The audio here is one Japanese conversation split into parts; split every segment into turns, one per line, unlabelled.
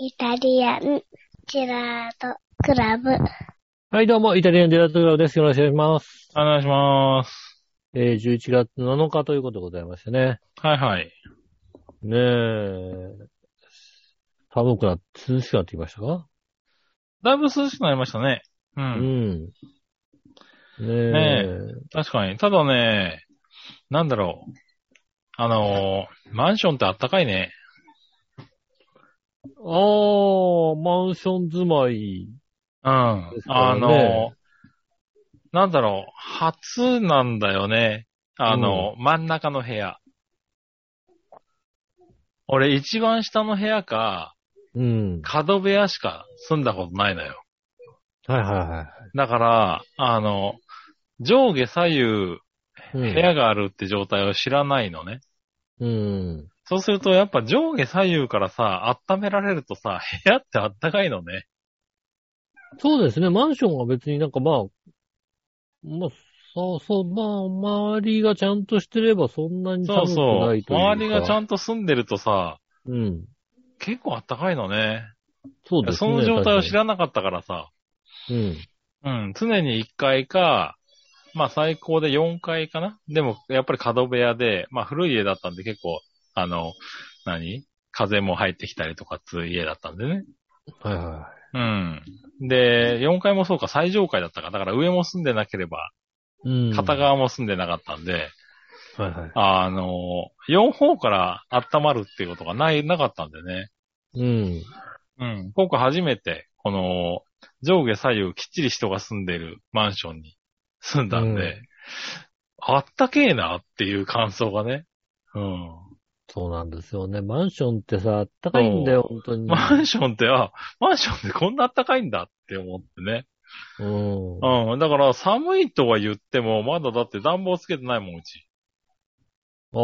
イタリアンジェラートクラブ。
はい、どうも、イタリアンデラトラです。よろしくお願いします。
お願いします。
えー、11月7日ということでございましてね。
はいはい。
ねえ、寒くなって、涼しくなってきましたか
だいぶ涼しくなりましたね。う。
うんん。ねえ、
ね確かに。ただね、なんだろう。あのーマンションってあったかいね。
あー、マンション住まい。
うん。
ですよね
あのーなんだろう。初なんだよね。あのー真ん中の部屋。俺一番下の部屋か、
うん。
角部屋しか住んだことないのよ。
はいは
だから、あの、上下左右
いはい。
部屋があるって状態を知らないのね。
うん。うん。
そうすると、やっぱ上下左右からさ、温められるとさ、部屋ってあったかいのね。
そうですね、マンションは別になんかまあ、まあ、そうそう、まあ、周りがちゃんとしてればそんなに
そ
寒
う
く
そ
な
う
い。というか。
周りがちゃ
ん
んと住んでるとさ、
うん。
結構あったかいのね。
そうですね。
その状態を知
ん。
らなかったからさ、
うん。
うん、常に1階か、まあ最高で4階かな。でも、やっぱり角部屋で、まあ古い家だったんで結構、あの、何風も入ってきたりとかっつう家だったんでね。
はいはい。
うん。で、4階もそうか、最上階だったか。だから上も住んでなければ、
うん
片。側も住んでなかったんで、
はいはい。
あの、4方から温まるっていうことがない、なかったんでね。
うん。
うん。今回初めて、この、上下左右きっちり人が住んでるマンションに住んだんで、
うん
あったけえなっていう感想がね。うん。
そうなんですよね。マンションってさ、あったかいんだよ、本当に。
マンションって、あ、マンションってこんなあったかいんだって思ってね。
うん。
うん。だから寒いとは言っても、まだだって暖房つけてないもん、うち。
あ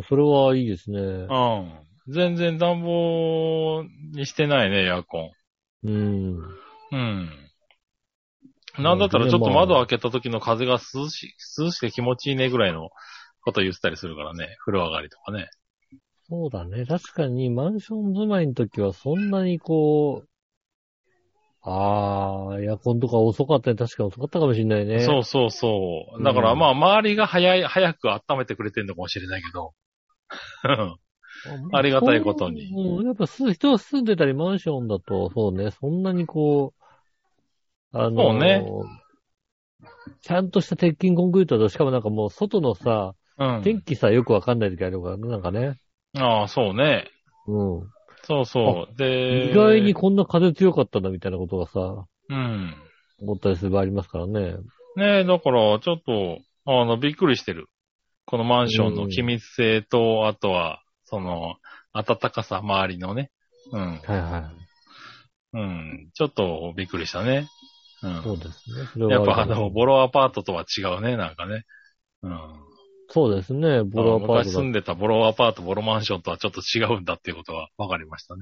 あ、それはいいですね。
うん。全然暖房にしてないね、エアコン。
うん。
うん。なんだったらちょっと窓開けた時の風が涼し、涼しくて気持ちいいねぐらいのこと言ってたりするからね。風呂上がりとかね。
そうだね。確かに、マンション住まいの時はそんなにこう、ああ、エアコンとか遅かったね。確かに遅かったかもしれないね。。
そううそうそうう。
ん
だからまあ周りが早い、早く温めてくれてるのかもしれないけど。ありがたいことに
うん、やっぱす、人が住んでたりマンションだと、そうね、そんなにこう、あの、
そうね
ちゃんとした鉄筋コンクリートだと、しかもなんかもう外のさ、
うん。
天気さ、よくわかんない時あるからね、なんかね。
ああ、そうね。
うん。
そうそう。で、
意外にこんな風強かったんだみたいなことがさ、
うん。
思ったりする場合ありますからね。
ねえ、だからちょっと、あの、びっくりしてる。このマンションの機密性と、あとは、その、暖かさ、周りのね。う
は
ん。
いは
うん。ちょっとびっくりしたね。う
い。そ
ん。
うですね。それは
やっぱあ
るかも
の、ボロアパートとは違うね、なんかね。うん。
そうですね、ボロアパ
昔
ート
住
だ。
んでたボロアパート、ボロマンションとはちょっと違うんだっていうことが分かりましたね。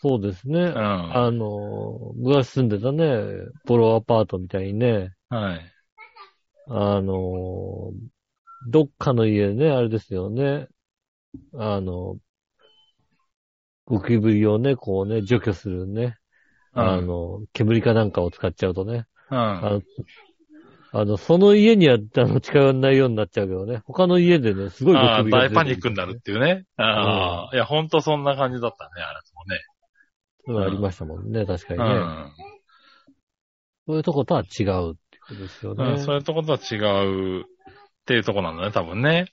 そうですね。
う
あの、昔住んでたね、ボロアパートみたいにね、
ん。はい。
あの、どっかの家ね、あれですよね。あの、ゴキブリをね、こうね、除去するね。あ
うん。
の、煙かなんかを使っちゃうとね。
うん。
あの、あのその家には、あの、近寄んないようになっちゃうけどね。他の家でね、すごいゴ
ああ
キブリが出
大
て
パニックになるっていうね。ああ、いや、ほんとそんな感じだったね、あれ
そう
もね。
いうのありましたもんね、確かに
う
ね。
ん
そういうとことは違うってことですよね。
うん、そういうとことは違うっていうとこなんだね、多分ね。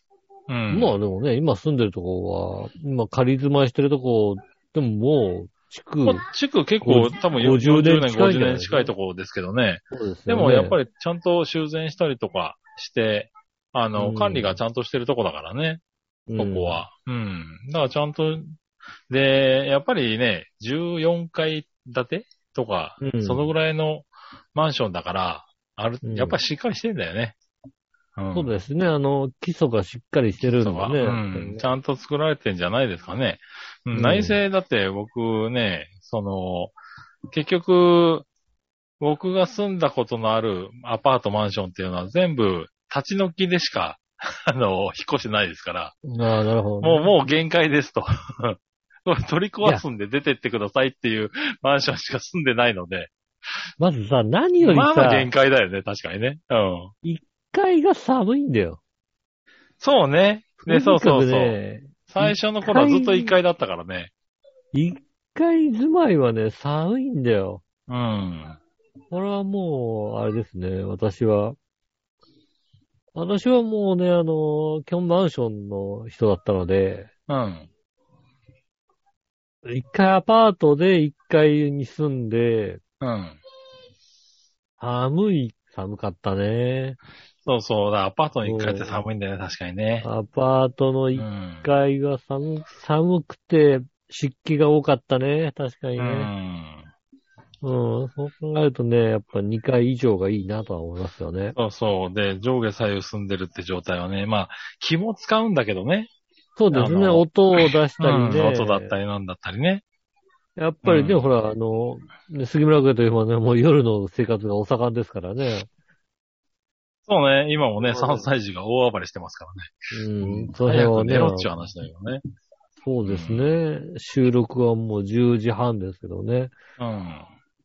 うん。
まあでもね、今住んでるとこは、今仮住まいしてるとこ、でももう、地区、
こっち区結構多分40
50
年、
年近いんじゃ
50
ない
年近いところですけどね。
そうです
で
よね
もやっぱりちゃんと修繕したりとかして、あの、
うん
管理がちゃんとしてるとこだからね、
り
ここ。は。うん。だからちゃんと、で、やっぱりね、14階建てとか、
うん
そのぐらいのマンションだから、ある、
うん
やっぱりしっかりしてんだよね。うん
そうですね、あの、基礎がしっかりしてるんだ
そうか
ね。
うん。ちゃんと作られてんじゃないですかね。う
うん
ん、内政だって僕ね、その、結局、僕が住んだことのあるアパートマンションっていうのは全部立ち退きでし か、あの、引っ越してないですから、
ああ、なるほど、ね。
もう、もう限界ですと。これ取り壊すんで出てってくださいっていうマンションしか住んでないので、
まずさ、何より
まあま
さ、
あ限界だよね、確かにね。うん。
1階が寒いんだよ。
そうね。ね、そうそう
と
そ
にかく
う。
ね
最初の頃はずっと1階だったからね。
一階住まいはね、寒いんだよ。
うん。
これはもう、あれですね、私は。私はもうね、あの、基本マンションの人だったので、
うん。
一階アパートで一階に住んで、
うん。
寒い、寒かったね。
そうそう。だからアパートの1階って寒いんだよね、確かにね。
アパートの
う
一
ん。
階が寒寒くて、湿気が多かったね。確かに
う
ね。
ん。
うん、そう考えるとね、やっぱ二階以上がいいなとは思いますよね。
そうそう。で、上下左右住んでるって状態はね、まあ、気も使うんだけどね。
そうですね、
あの
音を出した
う
りね。
ん、音だったりなんだったりね。
やっぱりね、
うん
ほら、あの、ね杉村家というのはね、もう夜の生活がお盛んですからね。
そうね、今もね、
うん
3歳児が大暴れしてますからね。
うん、その辺
早
は
く
ね。
寝ろっちゅう話だけどね。
そうですね。収録はもう10時半ですけどね。
うん。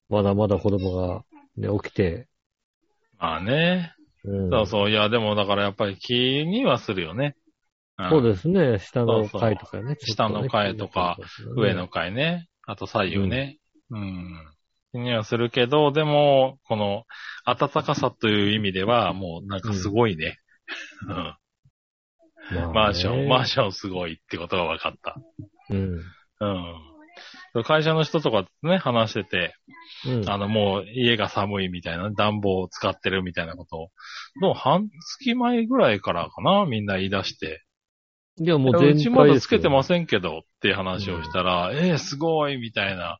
まだまだ子供が、ね、起きて。
まあね。
うん、
そうそう。いや、でもだからやっぱり気にはするよね。うん
そうですね。下の
そうそう
階とかね。ちょっとね
下の階とか、上の。階ね。あと左右ね。うん。気にはするけど、でも、この、暖かさという意味では、もうなんかすごいね。うん。マンション、マン
シ
ションすごいってことが分かった。
ョン。
うん。会社の人とかとね、話してて、
うん。うん。
あの、もう家が寒いみたいな、暖房を使ってるみたいなことを、もう半月前ぐらいからかな、みんな言い出して。
いや、もう全体
う
です
ち
よ
まだつけてませんけどっていう話をしたら、えーすごいみたいな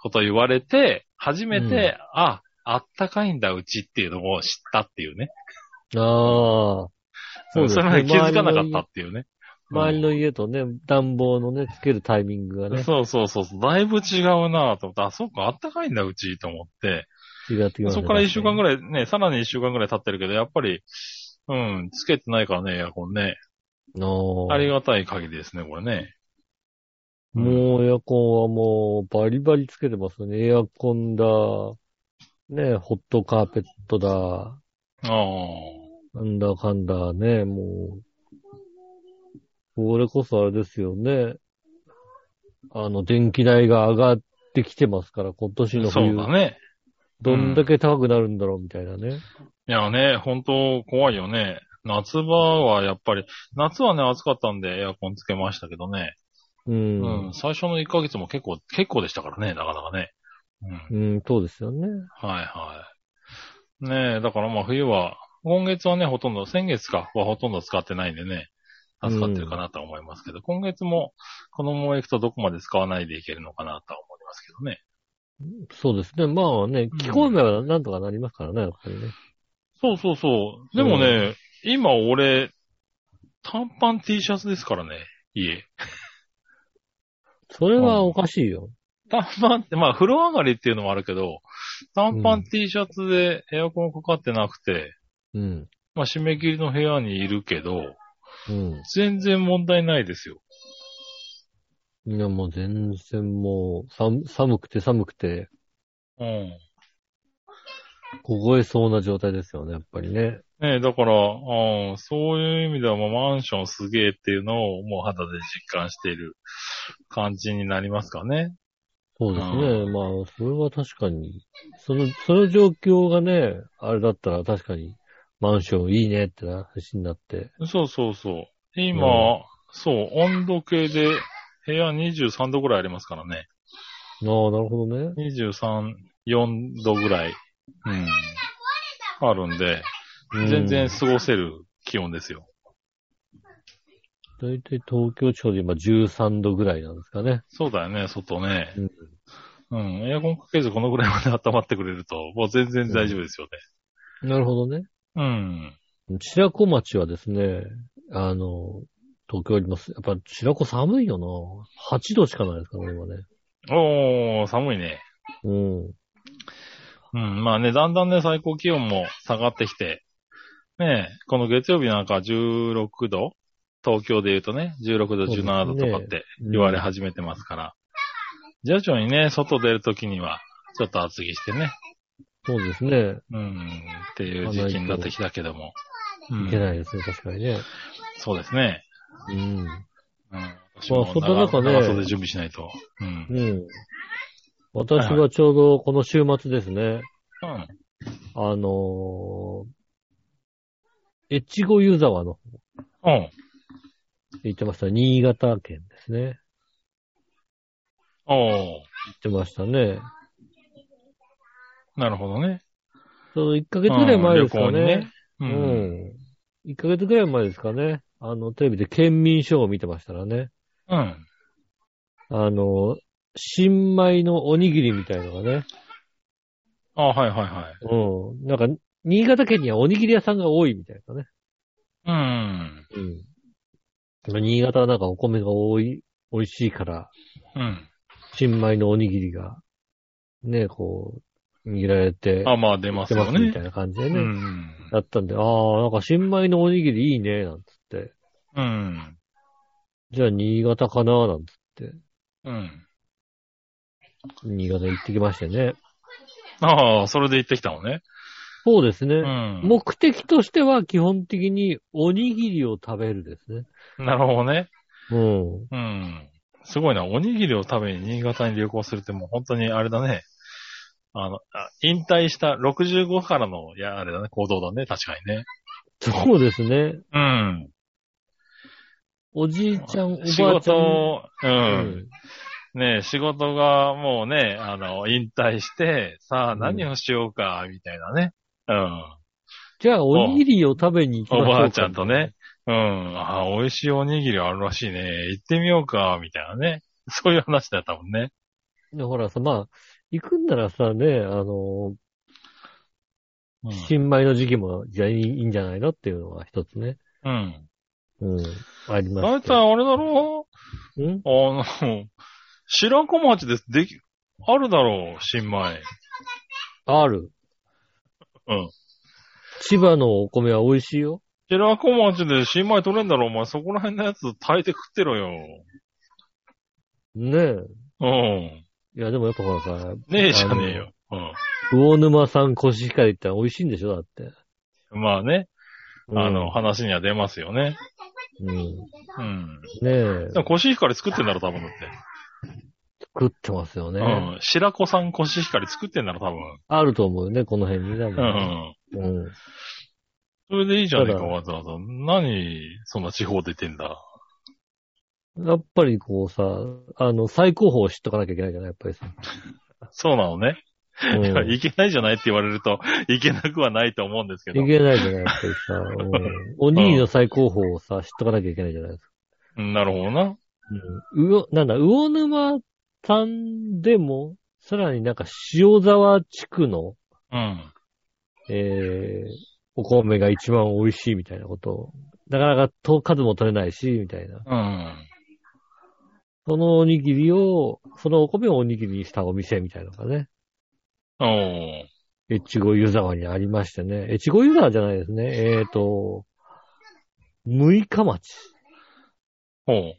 こと言われて、初めて、
うん
あ、あったかいんだ、うちっていうのを知ったっていうね。
ああ。
そ
ですね
れまで気づかなかったっていうね。
周りの家とね、暖房のね、つけるタイミングがね、
そうそうそうそう。だいぶ違うなぁと思って、あ、そうか、あったかいんだ、うち、と思って。
違ってきました
そ
ね
こから一週間ぐらいね、さらに一週間ぐらい経ってるけど、やっぱり、うん、つけてないからね、エアコンね。
の
ありがたい限りですね、これね。
もうエアコンはもうバリバリつけてますね。エアコンだ、ね、ホットカーペットだ、
ああ。
なんだかんだね、もう。これこそあれですよね。あの、電気代が上がってきてますから、今年の
そう
冬、
だね。
どんだけ高くなるんだろうみたいなね。
いやね、本当怖いよね。夏場はやっぱり、夏はね、暑かったんでエアコンつけましたけどね。
うん。う
うん
ん、、
最初の1ヶ月も結構、結構でしたからね、なかなかね。うん。
そうですよね。
はいはい。ねえ、だからまあ冬は、今月はね、ほとんど、先月かはほとんど使ってないんでね、助かってるかなとは思いますけど、今月もこのまま行くとどこまで使わないでいけるのかなとは思いますけどね。
そうですね。まあね、気候面はなんとかなりますからね、やっぱりね。
そうそうそう。でもね、今俺、短パン T シャツですからね、家。
それはおかしいよ。
短パンって、まあ風呂上がりっていうのもあるけど、短パン T シャツでエアコンかかってなくて、
うん。
まあ締め切りの部屋にいるけど、
うん。
全然問題ないですよ。
いや、もう全然もう、寒寒くて寒くて、
うん。
凍えそうな状態ですよね、やっぱりね。
ねえ、だから、うん、そういう意味では、まあ、マンションすげえっていうのを、もう肌で実感している感じになりますかね。
そうですね。まあ、それは確かに、その、その状況がね、あれだったら確かに、マンションいいねってな話になって。
そうそうそう。今、そう、温度計で部屋23度ぐらいありますからね。
ああ、なるほどね。
23、4度ぐらい、うん、あるんで、
うん
全然。過ごせる気温ですよ。
だいたい東京地方で今13度ぐらいなんですかね。
そうだよね、外ね。
うん
うん、エアコンかけずこのぐらいまで温まってくれると、もう全然大丈夫ですよ
なるほどね。
ね。うん
白子町はですね、あの、東京あります。やっぱ白子寒いよな。8度しかないですからね、今ね。
おー、寒いね。
うん。
うん、まあね、だんだんね、最高気温も下がってきて、ねえこの月曜日なんか16度東京で言うとね、16度、17度とか
そうで
っ
す
て
うん
言われ始めてますから、徐々にね、外出るときには、ちょっと厚着してね、
そうですね。
うん、っていう時期になってきたけども。うん
いけないですね、確かにね。
そうですね。
うん。
うん。まあ、
そんな中ね
長袖準備しないと。うん。
うん。私はちょうどこの週末ですね、
うん。
あのー、越後湯沢の方
うん。
行ってました。新潟県ですね。
お
行ってましたね。
ーなるほどね。
そう、1ヶ月ぐらい前ですか
うん旅行に
ね
ね。う。
うんん。1ヶ月ぐらい前ですかね。あの、テレビで県民ショーを見てましたらね。
うん。
あの、新米のおにぎりみたいのがね。
あはいはいはい。
うん。なんか、新潟県にはおにぎり屋さんが多いみたいなね。
うん。
うん。新潟はなんかお米が多い、美味しいから、
うん。
新米のおにぎりが、ね、こう、握られて、
あ、まあ出
売
ま
っ
す
てま
よ
す
ね。
みたいな感じで
う
ね。
ん。
だったんで、ああ、なんか新米のおにぎりいいね、なんつって。
うん。
じゃあ新潟かな、なんつって。
うん。
新潟行ってきましてね。
ああ、それで行ってきたのね。
そうです
う
ね。
ん。
目的としては基本的におにぎりを食べるですね。
なるほどね。
うん。
うん。すごいな。おにぎりを食べに新潟に旅行するってもう本当にあれだね。あの、あ引退した65からの、いや、あれだね、行動だね、確かにね。
そうですね。
うん。
おじいちゃん、おばあ
仕
ちゃん。
事、う
うんん。。
ねえ仕事がもうね、あの、引退して、さあ
うん
何をしようか、みたいなね。うん。
じゃあ、おにぎりを食べに行きまし
お
ょうか
ばあちゃんとね。。うん。あ美味しいおにぎりあるらしいね。行ってみようか、みたいなね。 そういう話だったもんね。
でほらさ、まあ、行くんならさ、ね、あの、
うん。
新米の時期も、じゃあいいいいんじゃないのっていうのが一つね。
うん。
うん。あり
だ
ま
い
す。
たいあれだろう
うん
あの、白子町です。でき、あるだろう、新米。
ある。
うん。
千葉のお米は美味しいよ。
白子町で新米取れんだろう、お前。そこら辺のやつ炊いて食ってろよ。
ねえ。
うん。
いや、でもやっぱほらさ、
ねえじゃねえよ。う
魚沼産コシヒカリって美味しいんでしょだって。
ん。まあね、
うん
あの、、話には出ますよね。
うん。
うん。
ねえ
で。もコシヒカリ作ってんだろ、多分だって。
食ってますよね。
うん。白子さんコシヒカリ作ってんだろ、多分。
あると思うよね、この辺にね。
うん。
うん。
それでいいじゃねえか、
ただ
わざわざ。何、そんな地方出てんだ。
やっぱりこうさ、あの、最高峰を知っとかなきゃいけないじゃないやっぱりさ。
そうなのね。
うん
いやいけないじゃないって言われると、 いけなくはないと思うんですけど。
いけないじゃないやっぱりさ。うんおにぎりの最高峰をさ、知っとかなきゃいけないじゃないですか。
うんなるほどな。
うん。うお、なんだ、魚沼さんでも、さらになんか塩沢地区の、
うん。
えー、お米が一番美味しいみたいなことを、なかなかと数も取れないし、みたいな。
うん。
そのおにぎりを、そのお米をおにぎりにしたお店みたいなのがね、
おー
越後湯沢にありましてね、越後湯沢じゃないですね、えーと、六日町。
ほう。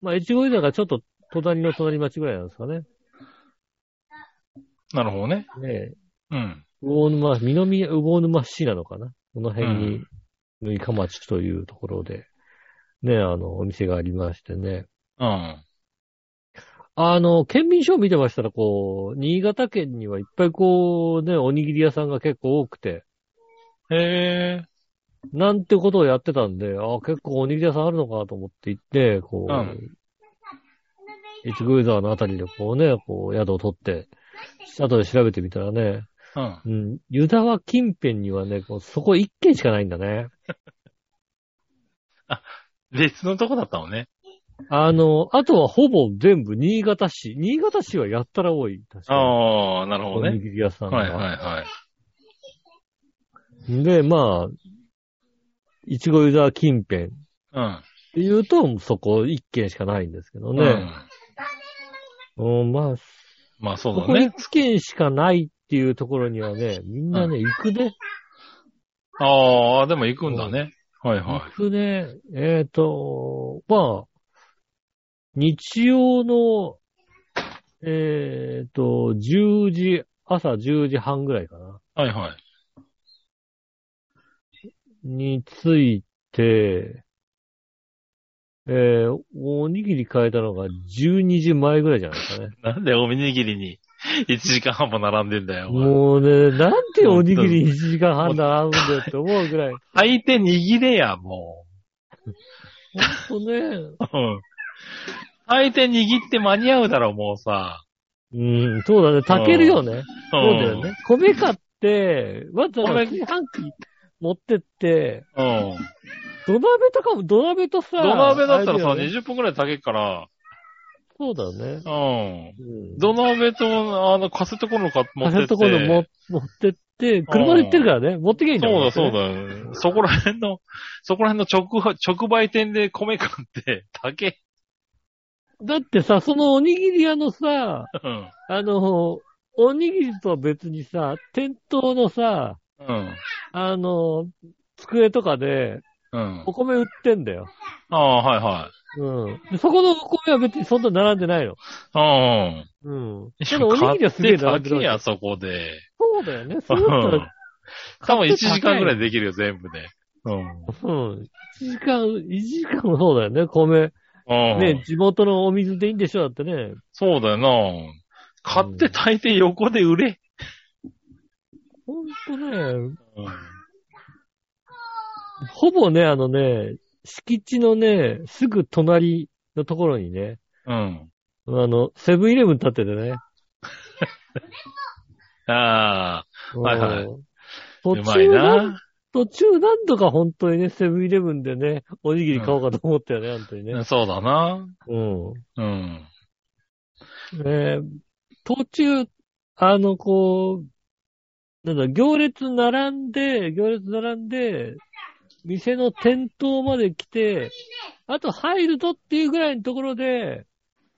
まあ、越後湯沢がちょっと隣の隣町ぐらいなんですかね。
なるほどね。
ねえ、
うん。
魚沼、南魚沼市なのかなこの辺に、六日町というところで、ねえ、あの、お店がありましてね。
うん。
あの、県民賞見てましたら、こう、新潟県にはいっぱいこう、ね、おにぎり屋さんが結構多くて、
へえ。
なんてことをやってたんで、ああ、結構おにぎり屋さんあるのかと思って行って、こう、
うん
越後湯沢のあたりでこうね、こう宿を取って、後で調べてみたらね、
うん。
うん、湯沢近辺にはね、こうそこ一軒しかないんだね。
別のとこだったのね。
あの、あとはほぼ全部新潟市。新潟市はやったら多い。確かに。
ああ、なるほ
お
ど
に
ね。
ぎり屋さんが。
はいはいはい。
で、まあ、越後湯沢近辺って
うん。
言うと、そこ一軒しかないんですけどね。
うん
うん、まあ、
まあそう
こ
だ
こ
ね。
一軒しかないっていうところにはね、みんなね、行くね。
ああ、でも行くんだね。はいは
僕ね、えっ、と、まあ、日曜の、えっ、と、10時、朝10時半ぐらいかな。
い。はいはい。
について、えーおにぎり変えたのが12時前ぐらいじゃないですかね。
なんでおにぎりに1時間半も並んでんだよ。
も
もう。
うね、なんでおにぎり1時間半並んでって思うぐらい。
相手握れや、も
ほんとね、
う。うん相手握って間に合うだろ、もうさ。
うん、そうだね、炊けるよね。
そ
そうだよね。米買って、わざわざ炊飯器持ってって、
うん。
土鍋とかも、土鍋とさ、
土鍋だったらさ、
あれよね
20分くらい炊けっから、
そうだよね。
うん。
うん
土鍋と、あの、カセットコンロか持ってって。
ところも持ってって、車で行ってるからね、持ってけんじゃん。
そうだそうだ。そこら辺の、そこら辺の直販、直売店で米買って、高え。
だってさ、そのおにぎり屋のさ、
うん。
あの、おにぎりとは別にさ、店頭のさ、
うん。
あの、机とかで、
うん
お。米売ってんだよ。
ああ、はいはい。
うん。でそこのお米は別にそんな並んでないの。
うんうん。
うん。
い
た
や
だおにぎりはすげえ並んで
買って高
る
え
わ
や、
け。
そこで。
そうだよね。
う
そうだった
ん
ら、。
多分1時間ぐらい
い。
できるよ、全部で。うん。
うん。1時間、1時間もそうだよね、米。
うん。
ね、地元のお水でいいんでしょだってね。
そうだよな。買って炊いて横で売れ。
ほんとね、
うん。
ほぼね、あのね、敷地のね、すぐ隣のところにね、
うん。
あの、セブンイレブン立っててね。
ああ、はいはい
うん。。途
うまい
中なん、
な。
途中何度か本当にね、セブンイレブンでね、おにぎり買おうかと思ったよね、本当にね。
そうだな。
うん。
うん。
ね途中、あの、こう、なんだ、行列並んで、行列並んで、店の店頭まで来て、あと入るとっていうぐらいのところで、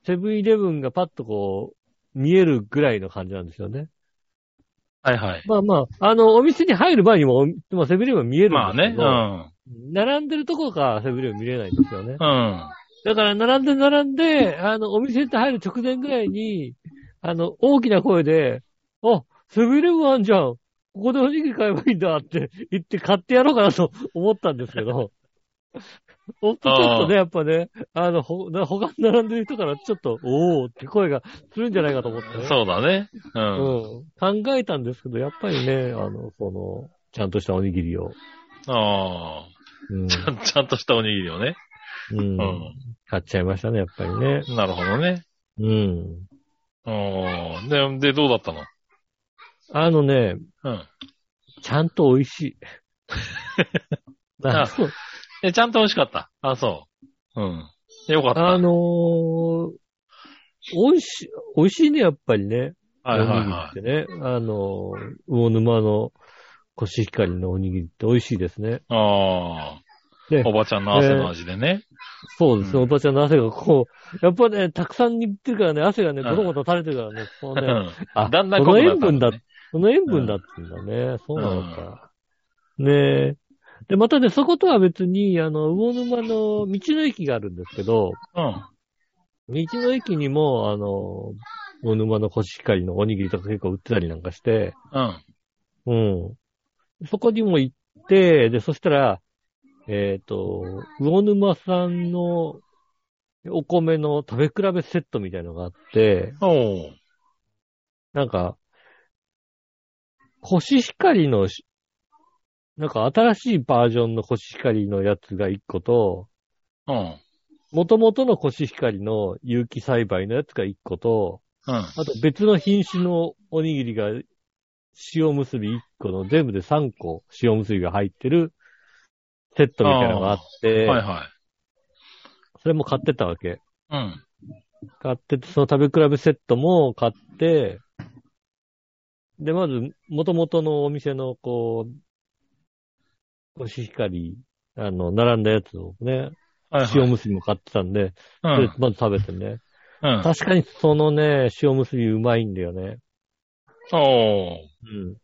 セブンイレブンがパッとこう、見えるぐらいの感じなんですよね。
はいはい。
まあまあ、あの、お店に入る前にも、おまあ、セブンイレブンは見えるん
まあ
です
ね
け。ど、
うん。
並んでるとこがセブンイレブン見れないんですよね。
うん。
だから、並んで並んで、あの、お店って入る直前ぐらいに、あの、大きな声で、あ、セブンイレブンあんじゃん。ここでおにぎり買えばいいんだって言って買ってやろうかなと 思ったんですけど、おっとちょっとね、やっぱね、あの、ほ、な他に並んでる人からちょっと、おーって声がするんじゃないかと思って、ね。
そうだね。うん。
うん。考えたんですけど、やっぱりね、あの、その、ちゃんとしたおにぎりを。
あ
うん。
あ。ちゃんとしたおにぎりをね。
う。
うんん。
買っちゃいましたね、やっぱりね。
なるほどね。
うん。
うん。で、で、どうだったの
あのね、
うん
ちゃんと美味し い。
あ
あそう
え。ちゃんと美味しかった。あ、そう。うん。よかった。
あのー、美味しい、美味しいね、やっぱりね。
はいはいは
おにぎりってね。あのー、魚沼のコシヒカリのおにぎりって美味しいですね。
い。あ
で
あ。おばちゃんの汗の味でね。
そうですね、
うん
おばちゃんの汗がこう、やっぱね、たくさん塗ってるからね、汗がね、
うん
ゴトゴト垂れてるからね、こう
う
ね、
ん。
あ
だんだん
こ
濃
の塩
くなった
分
んだ
だ
ね、
この塩分だってんだね。そうなのか。ねえ。で、またね、そことは別に、あの、魚沼の道の駅があるんですけど、
うん。
道の駅にも、あの、魚沼のコシヒカリのおにぎりとか結構売ってたりなんかして、
うん。
うん。そこにも行って、で、そしたら、えっ、と、魚沼さんのお米の食べ比べセットみたいのがあって、
おう。
なんか、コシヒカリのし、なんか新しいバージョンのコシヒカリのやつが1個と、
うん。
元々のコシヒカリの有機栽培のやつが1個と、
うん。
あと別の品種のおにぎりが、塩結び1個の全部で3個塩結びが入ってるセットみたいなのがあって、
はいはい。
それも買ってったわけ。
うん。
買ってて、その食べ比べセットも買って、で、まず、元々のお店の、こう、コシヒカリ、あの、並んだやつをね、
はい
塩
はい。
結びも買ってたんで、
う
それ
ん。
まず食べてね。
うん。
確かにそのね、塩結びうまいんだよね。
おう。
うん。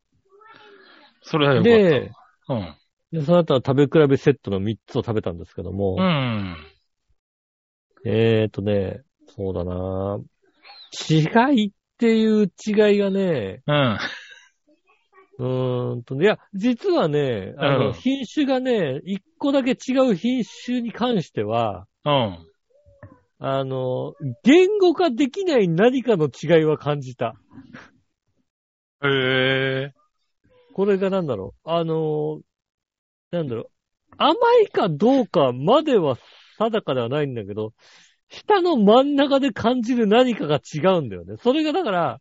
それはよかった。
で、
うん。
で、その後は食べ比べセットの3つを食べたんですけども、
うん。
えーとね、そうだな違いっていう違いがね、
うん。
うーんと、いや、実はね、あの、
うん
品種がね、一個だけ違う品種に関しては、
うん。
あの、言語化できない何かの違いは感じた。
へえ。
これがなんだろう。あの、なんだろう。甘いかどうかまでは定かではないんだけど、舌の真ん中で感じる何かが違うんだよね。それがだから、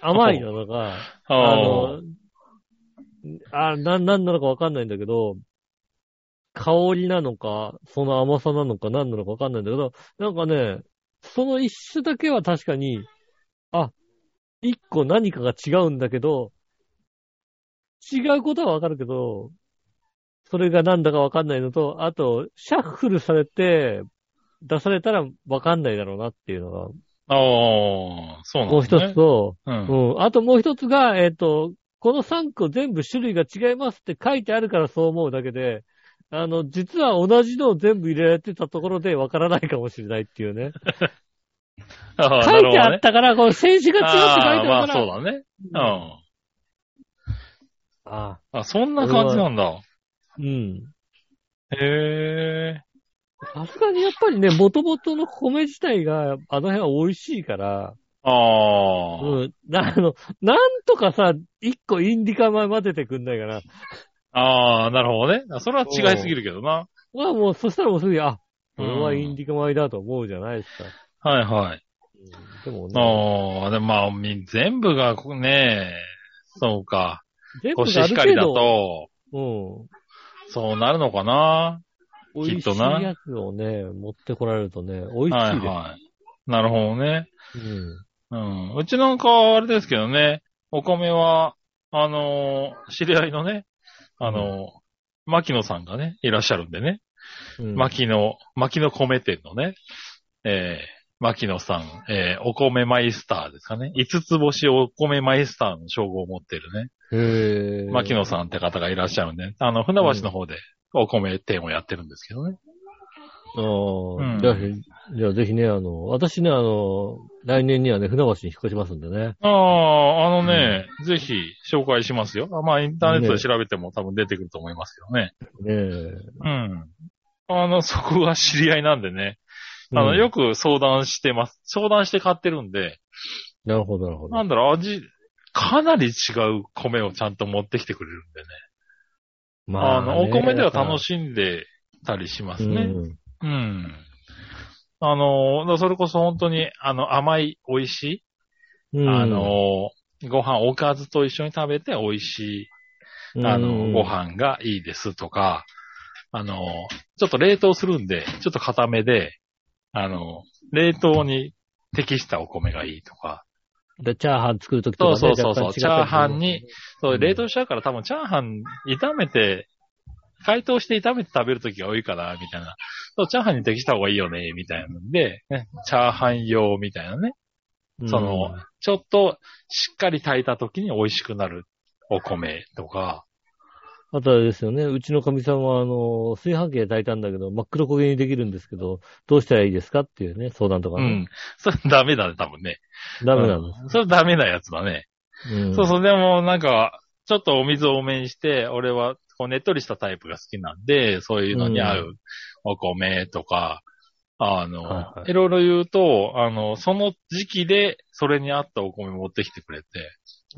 甘いなのか、
あ
あ
あ
の、あ、な、なんなのかわかんないんだけど、香りなのか、その甘さなのか、何なのかわかんないんだけど、なんかね、その一種だけは確かに、あ、一個何かが違うんだけど、違うことはわかるけど、それが何だかわかんないのと、あと、シャッフルされて、出されたらわかんないだろうなっていうのが、
ああ、そうなん
もう
ですね。
一つと、
うん。
うん。あともう一つが、えっ、と、この3個全部種類が違いますって書いてあるからそう思うだけで、あの、実は同じのを全部入れられてたところでわからないかもしれないっていうね。
ああ、
書
ないるほ
て
ど
あっ
ね。
たから、この選手が違うって書いてあ
ああ、
る
ま
か
あ
ら。
そうだね。うん。
あ
あ、そんな感じなんだ。
うん。
へえ。
さすがにやっぱりね、元々の米自体が、あの辺は美味しいから、
ああ。
うん。なあの、なんとかさ、1個インディカ米混ぜてくんないかな。
ああ、なるほどね。あそれは違いすぎるけどな。
まあもう、そしたらもうすぐに、あ、これは
うん
インディカ米だと思うじゃないですか。
はいはい。
でもね。
ああ、でもまあ、み全部がこね、そうか。
全部
コ
が
シ
あ
ヒ
る
カリ
程
だ
度、
と、
うん。
そうなるのかな。
美味しいやつをね、持ってこられるとね、美味
は
し
い
いで
はい。なるほどね。
す。うん。
うん。うちなんかはあれですけどね、お米は、あのー知り合いのね、あのー牧野さんがね、いらっしゃるんでね。
うん
牧野、牧野米店のね、えー、牧野さん、えー、お米マイスターですかね。五つ星お米マイスターの称号を持ってるね、
へぇ
牧野さんって方がいらっしゃるんで、あの、船橋の方でお米店をやってるんですけどね。
ああ、
うん
じゃあ、じゃあぜひね、あの、私ね、あの、来年にはね、船橋に引っ越しますんでね。
ああ、あのね、ぜひ紹介しますよ。あまあ、インターネットで
ね
調べても多分出てくると思いますけどね。
ねえ。
うん。あの、そこが知り合いなんでね。あの、
うん
よく相談してます。相談して買ってるんで、
なるほど、なるほ
な
ど。
んだろう、味、かなり違う米をちゃんと持ってきてくれるんでね。あ、の、お米では楽
い
しんでたりしま
です
ね。うん。あの、だからそれこそ本当に、あの、甘い、美味しい、
うん。
あの、ご飯、おかずと一緒に食べて美味し
う
い、
ん、
あの、ご飯がいいですとか、あの、ちょっと冷凍するんで、ちょっと固めで、あの、冷凍に適したお米がいいとか、
で。チャーハン作るときとかね、
そうそうそうそう
若干違ったりする
チャーハンに。そうう、
ん
冷凍しちゃうから多分チャーハン炒めて、解凍して炒めて食べるときが多いから、みたいな。そう、チャーハンに適した方がいいよね、みたいなんで、ね、チャーハン用みたいなね。
うん
その、ちょっとしっかり炊いたときに美味しくなるお米とか。
あとあれですよね、うちのかみさんは、あの、炊飯器で炊いたんだけど、真っ黒焦げにできるんですけど、どうしたらいいですかっていうね、相談とか
う
ね。
ん。それダメだね、多分ね。
ダメなんで
それダメなやつだね。
す。うん
そうそう、でもなんか、ちょっとお水を多めにして、俺はこうねっとりしたタイプが好きなんで、そういうのに合うお米とか、あの、
はいいはい
ろいろ言うと、あの、その時期でそれに合ったお米持ってきてくれて、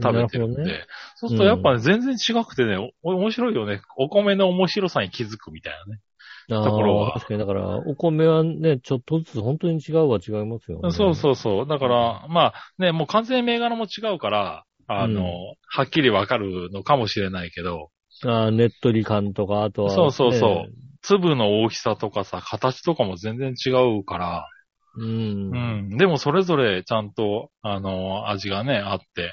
食べてるん
なるほど
で、
ね
そうするとやっぱ、ね全然違くてね、お面白いよね。お米の面白さに気づくみたいなね。
あー
ところは
確かに、だから、お米はね、ちょっとずつ本当に違うは違いますよね。
そうそうそう。だから、まあね、もう完全に銘柄も違うから、あの、
うん
はっきりわかるのかもしれないけど、
あーねっとり感とか、あとは、ね。
そうそうそ粒の大きさとかさ、形とかも全然違うから、
う。うん。
うん。でもそれぞれちゃんと、あの、味がね、あって、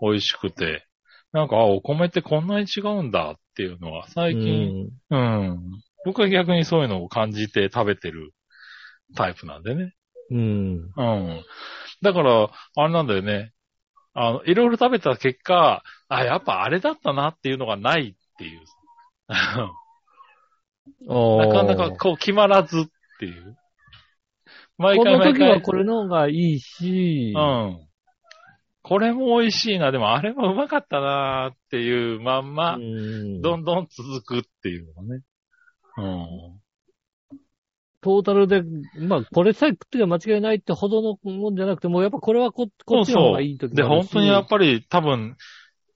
美味しくて、なんか、あ、お米ってこんなに違うんだっていうのは、最近、うん、僕は逆にそういうのを感じて食べてるタイプなんでね。
うん。うん。
うん。だから、あれなんだよね。あの、いろいろ食べた結果、あ、やっぱあれだったなっていうのがないっていう。あの
な
なかなかこう決まらずっていう。毎
こ
回
の
毎
時
回。
はこれの方がいいし、
うん。これも美味しいな。でもあれもうまかったなーっていうまんま、
うん
どんどん続くっていうのがね。うん。
トータルで、まあ、これさえ食ってりゃ間違いないってほどのもんじゃなくて、もうやっぱこれはここっちの方がいい時
で、
もある
本
し
当にやっぱり多分、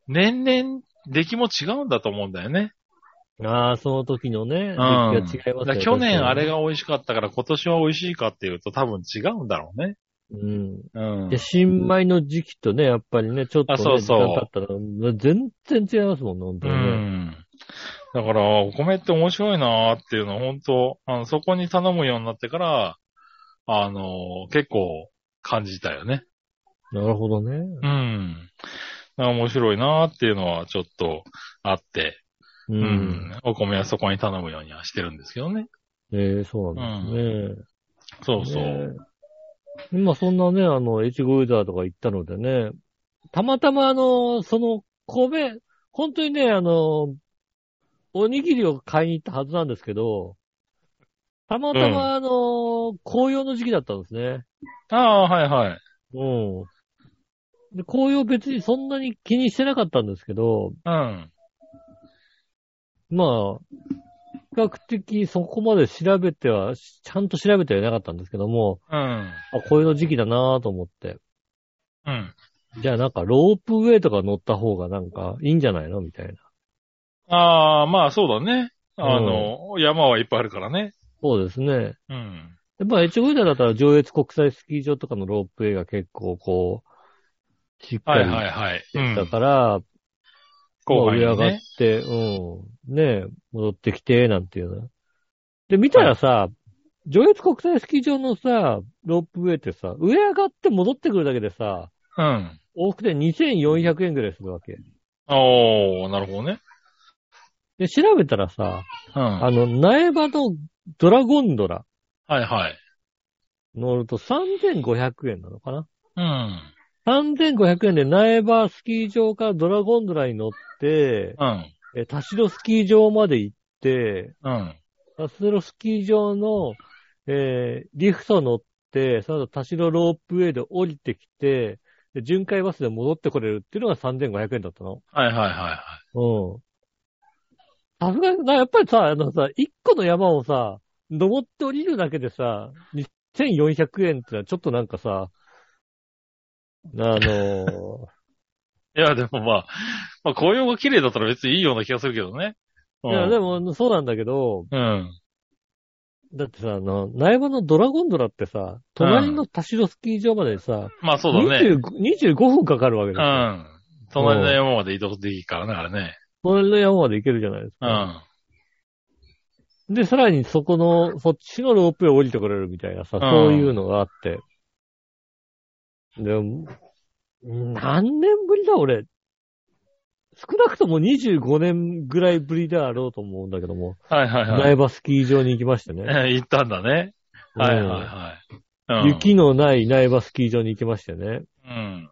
年々出来も違うんだと思うんだよね。
ああ、その時のね、出
うん。
来が違いますよ
だから去年あれ。が美味しかったから今年は美味しいかっていうと多分違うんだろうね。
うん。
うん
で、。新米の時期とね、やっぱりね、ちょっと、ね、
あそうそう
時間経ったら、全然違いますもんね、本当
う
にね。
ん。だから、お米って面白いなーっていうのは本当、あの、そこに頼むようになってから、あの、結構感じたよね。
なるほどね。
うん。だから面白いなーっていうのはちょっとあって、
う。
うんん。お米はそこに頼むようにはしてるんですけどね。
ええそうなんですね。
そうそう。
ね今そんなね、あの、越後湯沢とか行ったのでね、たまたまあの、その、米、本当にね、あの、おにぎりを買いに行ったはずなんですけど、たまた
うん
まあの、紅葉の時期だったんですね。
ああ、はいはい。
うん。で紅葉別にそんなに気にしてなかったんですけど、
うん。
まあ、比較的そこまで調べては、しちゃんと調べてはいなかったんですけども、
うん。
あ、紅葉の時期だなぁと思って。
うん。
じゃあなんかロープウェイとか乗った方がなんかいいんじゃないのみたいな。
ああ、まあそうだね。あの、山はいっぱいあるからね。
そうですね。
うん。
やっぱ越後湯沢だったら上越国際スキー場とかのロープウェイが結構こう、しっか
はい
り
はい
し
はい。う
て
ん
た。から、
後
まあ
輩
上上
に
が
ね
っ。て、うん、ねえ戻ってきて、なんていうの。で、見たらさ、上越国際スキー場のさ、ロープウェイってさ、上上がって戻ってくるだけでさ、
うん。
往復で2400円ぐらいするわけ。
おー、なるほどね。
で、調べたらさ、
うん。
あの、苗場のドラゴンドラ、
はいはい。
乗ると3500円なのかな
うん。
?3500 円で苗場スキー場からドラゴンドラに乗って、
うん。
え田代スキー場まで行って、
うん。
田代スキー場の、えーリフト乗って、その後田代ロープウェイで降りてきて、で巡回バスで戻ってこれるっていうのが3500円だったの。
はいはいはいはい。
うん。さすがにな、やっぱりさ、あのさ、一個の山をさ、登って降りるだけでさ、2400円ってのはちょっとなんかさ、あの ー
いや、でもまあ、まあ、紅葉が綺麗だったら別にいいような気がするけどね。うん、
いや、で、もそうなんだけど、
うん。
だってさ、あの、苗場のドラゴンドラってさ、隣の田代スキー場までさ、
まあそうだね。
25, 25分かかるわけ
う
ですよ。
ん。隣の山まで移動できるからね、あれね。
隣の山まで行けるじゃないです
う
か。
ん。
で、さらにそこの、そっちのロープウェイ降りてくれるみたいなさ、そういうのがあって。でも、何年ぶりだ、俺。少なくとも25年ぐらいぶりだろうと思うんだけども、
はいはいはい
苗場スキー場に行きましてね。
え。行ったんだね。はいはいはい。
う
うんん、
雪のない苗場スキー場に行きましてね。
うん。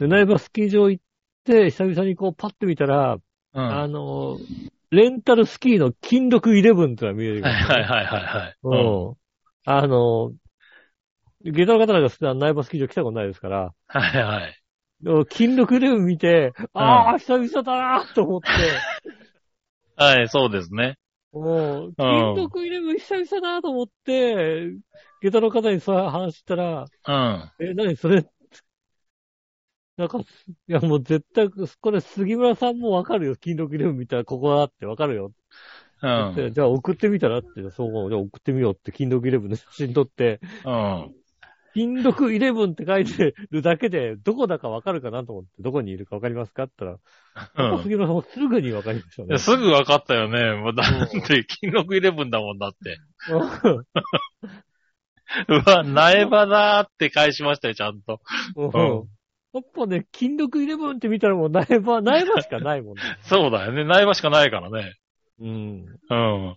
で、苗場スキー場行って、久々にこうパッて見たら、
うん。
あ
はい
の、レンタルスキーの金禄イレブンってのが見えてくる。
はいはいはい。うん。
うん。あの、下駄の方なんか普段内場スキー場来たことないですから、
はいはい。
でも金録ルーム見て、ああ、久々だなと思って、
はい、そうですね。
うん、金録イレブン久々だと思って、下駄の方にさ、話したら、
うん。
え、何それ、 なんか、いやもう絶対、これ杉村さんもわかるよ。金録イレブン見たらここだってわかるよ
う
っ
ん。
て、じゃあ送ってみたらって、そう、じゃあ送ってみようって金録イレブンの写真撮って、
うん。
金属イレブンって書いてるだけで、どこだかわかるかなと思って、どこにいるかわかりますかって言ったら、
う
小
ん
杉村さんもすぐにわかりました
いや
ね。
すぐ分かったよね。もうだって、金属イレブンだもんだって。うわ、苗場だーって返しましたよ、ちゃんと。
うん
うん
うんやっぱね、金属イレブンって見たらもう苗 場、苗場しかないもんね。
そうだよね。苗場しかないからね。
うん。
うん。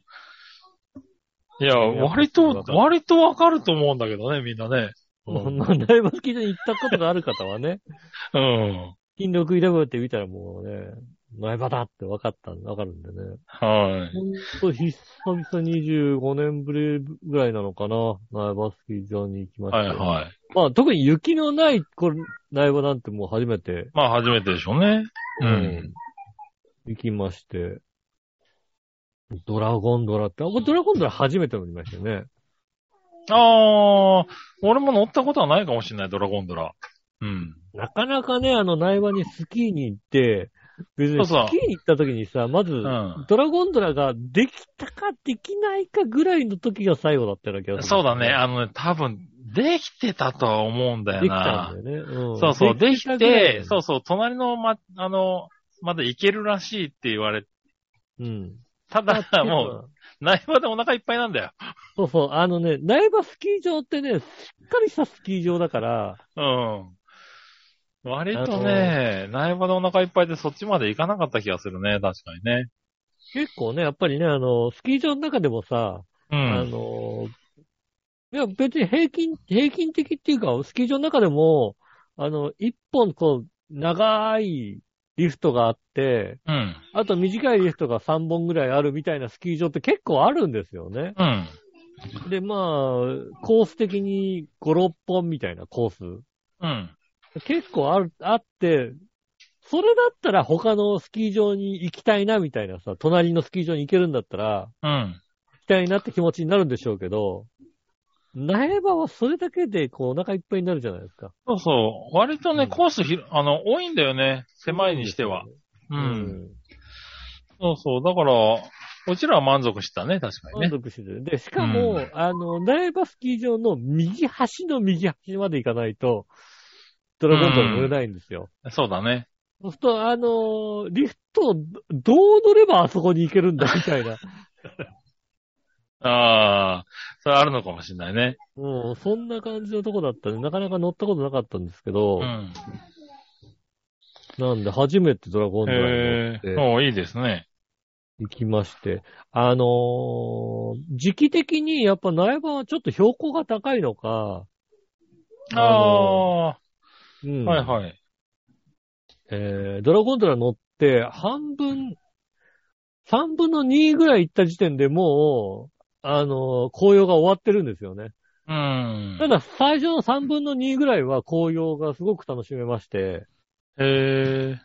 いや、
や
割と、割とわかると思うんだけどね、みんなね。う。
もうん苗場好きで行ったことがある方はね、
うん。
金属イレブンって見たらもうね、苗場だって分かった、わかるんでね。
はい。
ほんと、久々25年ぶりぐらいなのかな。苗場スキー場に行きました
はい
よ。
はい。
まあ、特に雪のない、これ、苗場なんてもう初めて、
まあ初めてでしょうね。うん。
行きまして、ドラゴンドラって、あ、これドラゴンドラ初めて乗りましたよね。
ああ、俺も乗ったことはないかもしれない、ドラゴンドラ。うん。
なかなかね、あの、苗場にスキーに行って、別
そ
に
う
ス
そう
キーに行った時にさ、まず、
うん。
ドラゴンドラができたかできないかぐらいの時が最後だったような気がする。
そうだね。。あのね、多分、できてたとは思うんだよ
できた
な。
んだよね。うん、
そうそう、でき
たぐらい
て、そうそう、隣の、ま、あの、まだ行けるらしいって言われて、
うん。
ただ、もう、内場でお腹いっぱいなんだよ。
そうそう、あのね、苗場スキー場ってね、しっかりしたスキー場だから、
うん。割とね、内場でお腹いっぱいでそっちまで行かなかった気がするね、確かにね。
結構ね、やっぱりね、あの、スキー場の中でもさ、
う
あ
ん。
の、いや、別に平均、平均的っていうか、スキー場の中でも、あの、一本こう、長いリフトがあって、
うん。
あと短いリフトが3本ぐらいあるみたいなスキー場って結構あるんですよね。
うん。
で、まあ、コース的に5、6本みたいなコー
うん。
ス。結構あるあって、それだったら他のスキー場に行きたいなみたいなさ、隣のスキー場に行けるんだったら、
うん。
行きたいなって気持ちになるんでしょうけど、苗場はそれだけでこうお腹いっぱいになるじゃないですか。
そうそう。割と
う
ね、
ん
コースひろ、あの、多いんだよね。狭いにしては。
う
う。
んん。
そうそう。だから、うちらは満足したね、確かに
満
ね。
足してる。で、しかも、
うん
あの、苗場スキー場の右端の右端まで行かないと、ドラゴンドラ乗れないんですよ。
そうだね。
そうすると、あのーリフト、どう乗ればあそこに行けるんだ、みたいな。
ああ、それあるのかもしれないね。
うん、そんな感じのとこだったね。なかなか乗ったことなかったんですけど、
うん。
なんで初めてドラゴンドラに乗っ
へえ、
て
もういいですね。
行きまして、あのー時期的にやっぱ苗場はちょっと標高が高いのか、
ああ、は
うん
いはい。
えードラゴンドラ乗って半分、3分の2ぐらい行った時点でもう、あのー紅葉が終わってるんですよね。
うん
た。だ、最初の3分の2ぐらいは紅葉がすごく楽しめまして、
へえ、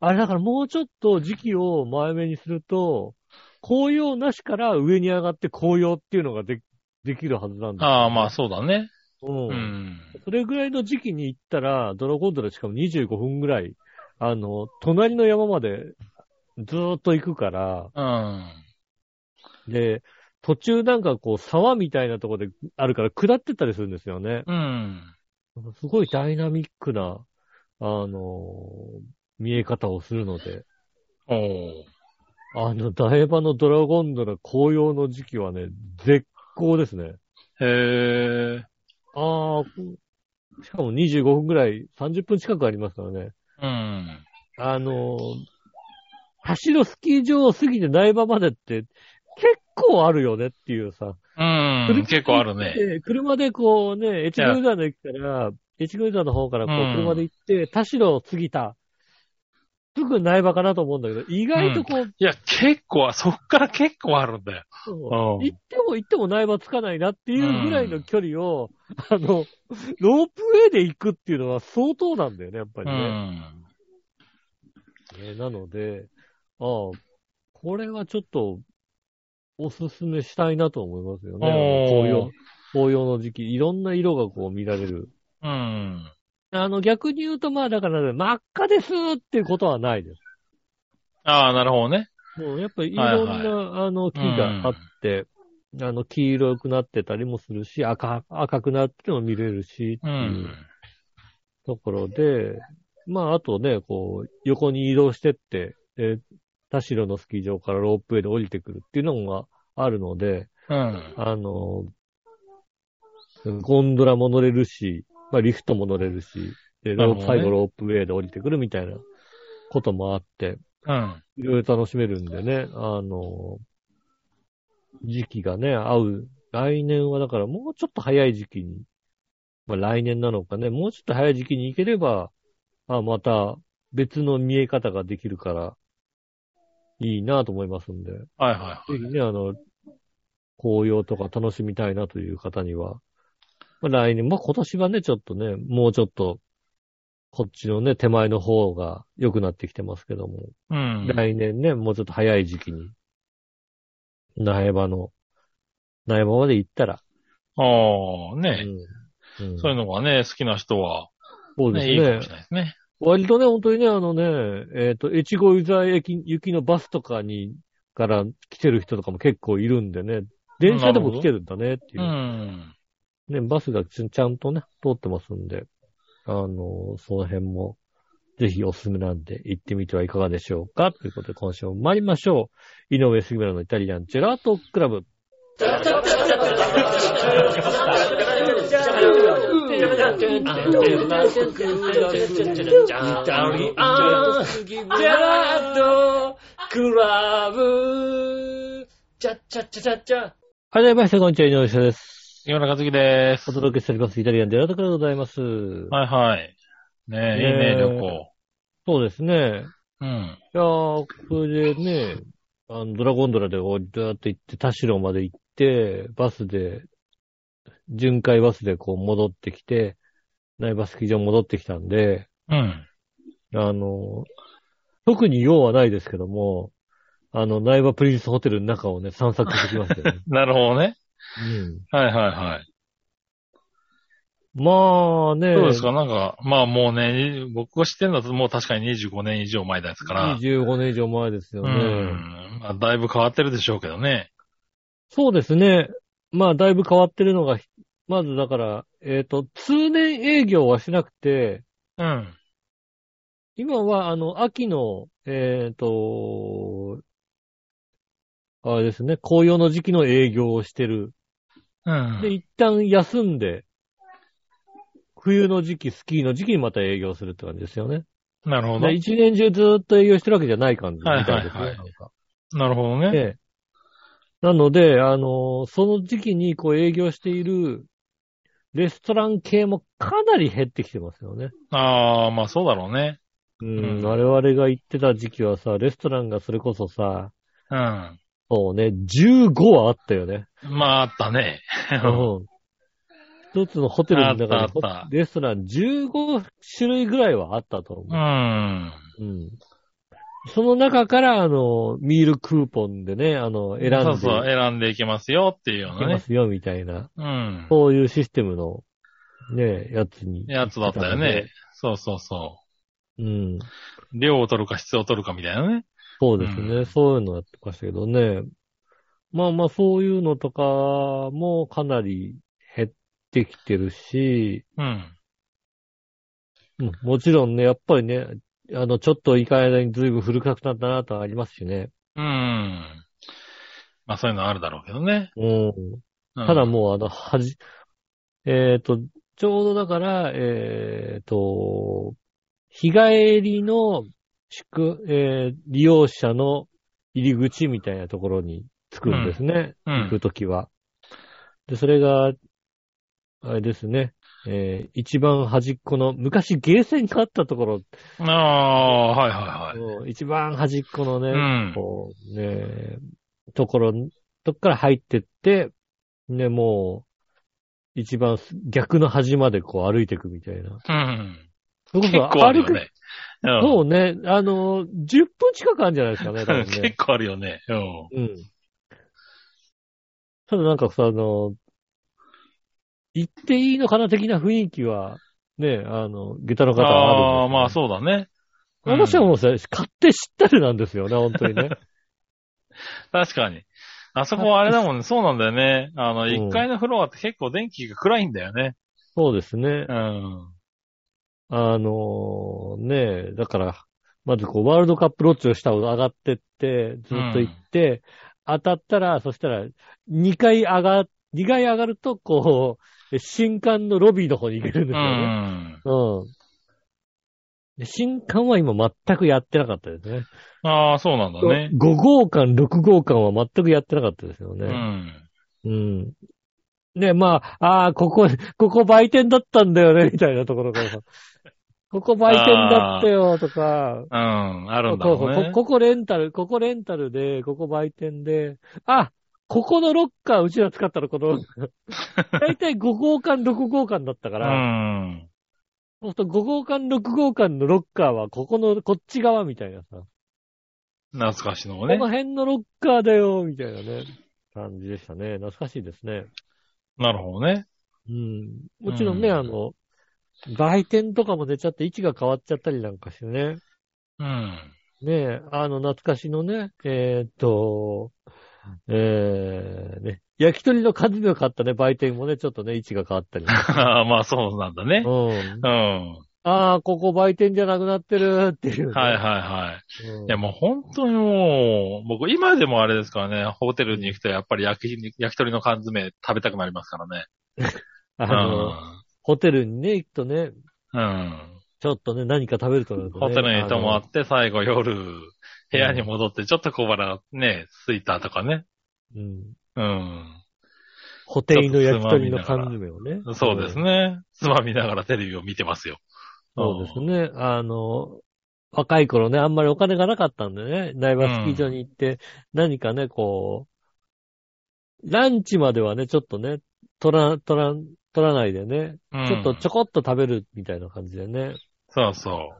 あれだからもうちょっと時期を前目にすると、紅葉なしから上に上がって紅葉っていうのがでできるはずなんだ。
ああ、まあそうだね。
うん。
うん。
それぐらいの時期に行ったら、ドラゴンドラしかも25分ぐらい、あの、隣の山までずーっと行くから、
うん。
で、途中なんかこう沢みたいなところであるから下ってったりするんですよね。
うん。
すごいダイナミックな、あのー見え方をするので、
おー
あの、台場のドラゴンドラ紅葉の時期はね、絶好ですね。
へえ、
ああ、しかも25分ぐらい、30分近くありますからね。
うん。
あのー、走るスキー場を過ぎて台場までって、結構あるよねっていうさ。
うん。結構あるね。
で車でこうね、越後湯沢の駅から、越後湯沢の方からこう
うん
車で行って、田代を過ぎた。すぐ苗場かなと思うんだけど、意外とこう、
いや、結構、そっから結構あるんだよ。うん
行っても行っても苗場つかないなっていうぐらいの距離を、あの、ロープウェイで行くっていうのは相当なんだよね、やっぱり
う
ね。
ん。
ねなので、ああ、これはちょっと、おすすめしたいなと思いますよね。
おー
紅葉、紅葉の時期、いろんな色がこう見られる。
うん。
あの、逆に言うと、まあ、だから、真っ赤ですっていうことはないです。
ああ、なるほどね。
もう、やっぱりいろんな、
はい
あの、木があって、あの、黄色くなってたりもするし、赤、赤くなっても見れるし、
う。
っていうんところで、まあ、あとね、こう、横に移動してって、で、田代のスキー場からロープウェイで降りてくるっていうのがあるので、
うん。
あの、ゴンドラも乗れるし、まあ、リフトも乗れるし、で、
なるほどね
最後ロープウェイで降りてくるみたいなこともあって、
うん。
いろいろ楽しめるんでね、あの、時期がね、合う。来年はだからもうちょっと早い時期に、まあ来年なのかね、もうちょっと早い時期に行ければ、あまた別の見え方ができるから、いいなと思いますんで、ぜ
はいは
ひね、あの、紅葉とか楽しみたいなという方には、まあ、来年、まあ、今年はね、ちょっとね、もうちょっと、こっちのね、手前の方が良くなってきてますけども、
い。うん。
来年ね、もうちょっと早い時期に、苗場の、苗場まで行ったら、
ああ、
う
ね、
んうん
そういうのがね、好きな人は、
そうです
ね、いいかもしれないですね。
割とね、本当にね、あのね、えっ、と、越後湯沢駅、行きのバスとかに、から来てる人とかも結構いるんでね、電車でも来てるんだねっていうう。
ん。
ね、バスがちちゃんとね、通ってますんで、あの、その辺も、ぜひおすすめなんで、行ってみてはいかがでしょうかということで、今週も参りましょう。井上杉村のイタリアンジェラートクラブ。はい、どうも皆さん、こんにちは、井上杉村です。
岩村和樹です。
お届けしております。イタリアンデラートクラブでございます。
はいはい。ねえ、いい
ねえ
ね、旅行。
そうですね。
うん。
いやー、これでね、あの、ドラゴンドラでこうだーって行って、田代まで行って、バスで、巡回バスでこう戻ってきて、苗場スキー場戻ってきたんで、
うん。
あの、特に用はないですけども、あの、苗場プリンスホテルの中をね、散策してきましたよ ね。
なるほどね。
うん
はいはいはい。
まあね、
どうですかなんか、まあもうね、僕が知ってるのはもう確かに25年以上前ですから。
25年以上前ですよ
う
ね。
ん。まあ、だいぶ変わってるでしょうけどね。
そうですね。まあ、だいぶ変わってるのが、ひまずだから、えっ、と、通年営業はしなくて、
うん。
今は、あの、秋の、えっ、と、あれですね、紅葉の時期の営業をしてる。
うん。
で、一旦休んで、冬の時期、スキーの時期にまた営業するって感じですよね。
なるほど。
で一年中ずーっと営業してるわけじゃない感じみたいですね。
はいはい
な
はい
んか
なるほどね。
ええ。なので、あの、その時期にこう営業しているレストラン系もかなり減ってきてますよね。
ああ、まあそうだろうね。
うん。
うん
我々が行ってた時期はさ、レストランがそれこそさ、
うん。
そうね、15はあったよね。
まああった ね。
うん。一つのホテルの
あ
中
ったあった
にレストラン15種類ぐらいはあったと
う
思
ん。
う。うん。その中から、あの、ミールクーポンでね、あの、選んで
そうそう、選んでいけますよっていうよ
いうけ
な
ま
ね。
すよ、みたいな。
うん。
そういうシステムの、ね、やつに。
やつだったよね。そうそうそ
うん。
う。量を取るか質を取るかみたいなね。
そうですね。
うん
そういうのやってましたけどね。まあまあ、そういうのとかもかなり減ってきてるし、
うん。
うんもちろんね、やっぱりね、あの、ちょっといかない間に随分古臭くなったなとはありますしね。
うん。まあそういうのあるだろうけどね。
うん。
うん
ただもう、あの、はじ、えっ、と、ちょうどだから、えっ、と、日帰りの宿、えー利用者の入り口みたいなところに着くんですね。
う
行く
ん。
ときは。で、それが、あれですね、えー一番端っこの、昔ゲーセンがあったところ、
ああ、はいはいはい。
うん一番端っこのね、
うん。
こう、ね、ところ、とこから入ってって、ね、もう、一番す逆の端までこう歩いていくみたいな。
うん。
それ
結
こそ
構ある
歩
よ
く、
ね。うん
そうね、あの、10分近くあるんじゃないですかね、多分ね
結。構あるよね。うん。
うん。ただなんかさ、あの、行っていいのかな的な雰囲気は、ね、あの、下駄の方はあ
あ
るんですよ
あ、まあそうだね。うん
私はもうさ、買って知ったりなんですよね、本当に ね。
確かに。あそこはあれだもんね。そうなんだよね。あの、1階のフロアって結構電気が暗いんだよね。
そうですね
う。ん。
あのーねえ、だから、まずこう、ワールドカップロッチを下を上がってって、ずっと行って、当たったら、そしたら、2回上が、2回上がると、こう、新刊のロビーの方に行けるんで
う
すよね。
ん。
うん。で新刊は今全くやってなかったですね。
ああ、そうなんだね。
5号館、6号館は全くやってなかったですよ
う
ね。
ん。
うん。ね、まあ、ああ、ここ、ここ売店だったんだよね、みたいなところからさ。ここ売店だったよとか、
うん、あ
そ
る
うん
だろ
そう
う
こ
ね。
ここレンタル、ここレンタルで、ここ売店で、あ、ここのロッカーうちら使ったのこ の、だいたい5号館、6号館だったか
う
ら、
ん。
そうすると5号館、6号館のロッカーはここの、こっち側みたいなさ、
懐かしのを
こ
ね
の。辺のロッカーだよ、みたいなね、感じでしたね。懐かしいですね。
なるほどね。
うん。もちろんね、
うん
あの、売店とかも出ちゃって位置が変わっちゃったりなんかしてね。
うん。
ねえ、あの、懐かしのね、えーっと、えー、ね、焼き鳥の数の買ったね、売店もね、ちょっとね、位置が変わ ったり。
まあそうなんだね
う。ん。
うん。は
ああ、ここ売店じゃなくなってるっていう、
いはいはい。
い。うん
いやもう本当にもう、僕今でもあれですからね、ホテルに行くとやっぱり焼き肉焼き鳥の缶詰食べたくなりますからね。
あの、ホテルにね、行くとね、
うん。うん。
ちょっとね、何か食べるとなるとね、
ホテルに泊ま
あの
って、最後夜、部屋に戻って、ちょっと小腹ね、空いたとかね。
うん。
うん。
ホテルの焼き鳥の缶詰をね。
そうです
ね。
ね。つまみながらテレビを見てますよ。
そうですね。あの、若い頃ね、あんまりお金がなかったんでね、苗場スキー場に行って、何かね、こう、ランチまではね、ちょっとね、取ら、取ら、取らないでね、
うん。
ちょっとちょ
ょ、
こっと食べるみたいな感じでね、
そうそ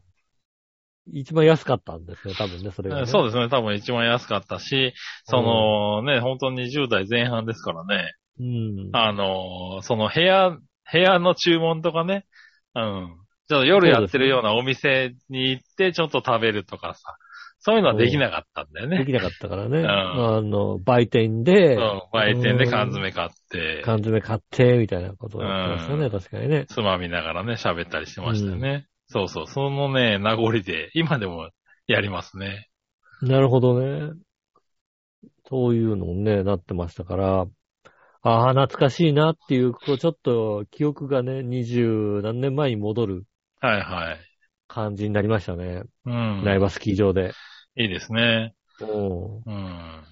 一番安かったんですよ、多分ね、それが、ね。
う。そうですね。多分一番安かったし、そのね、本当に20代前半ですからね。
うん。
あのー、その部屋、部屋の注文とかね。うん。ちょっと夜やってるようなお店に行って、ちょっと食べるとかさ。そういうのはできなかったんだよ
で
ね。
きなかったからね。
ん
あの、売店で、
うん。売店で缶詰買って。
缶詰買って、みたいなことをやってましたね、
うん
確かにね。
つまみながらね、喋ったりしてましたよね。そうそう、そのね、名残で、今でもやりますね。
なるほどね。そういうのにね、なってましたから、ああ、懐かしいなっていう、こうちょっと記憶がね、二十何年前に戻る
はいはい。
感じになりましたね。
うん。
苗場スキー場で。
いいですね。
うん。
うん。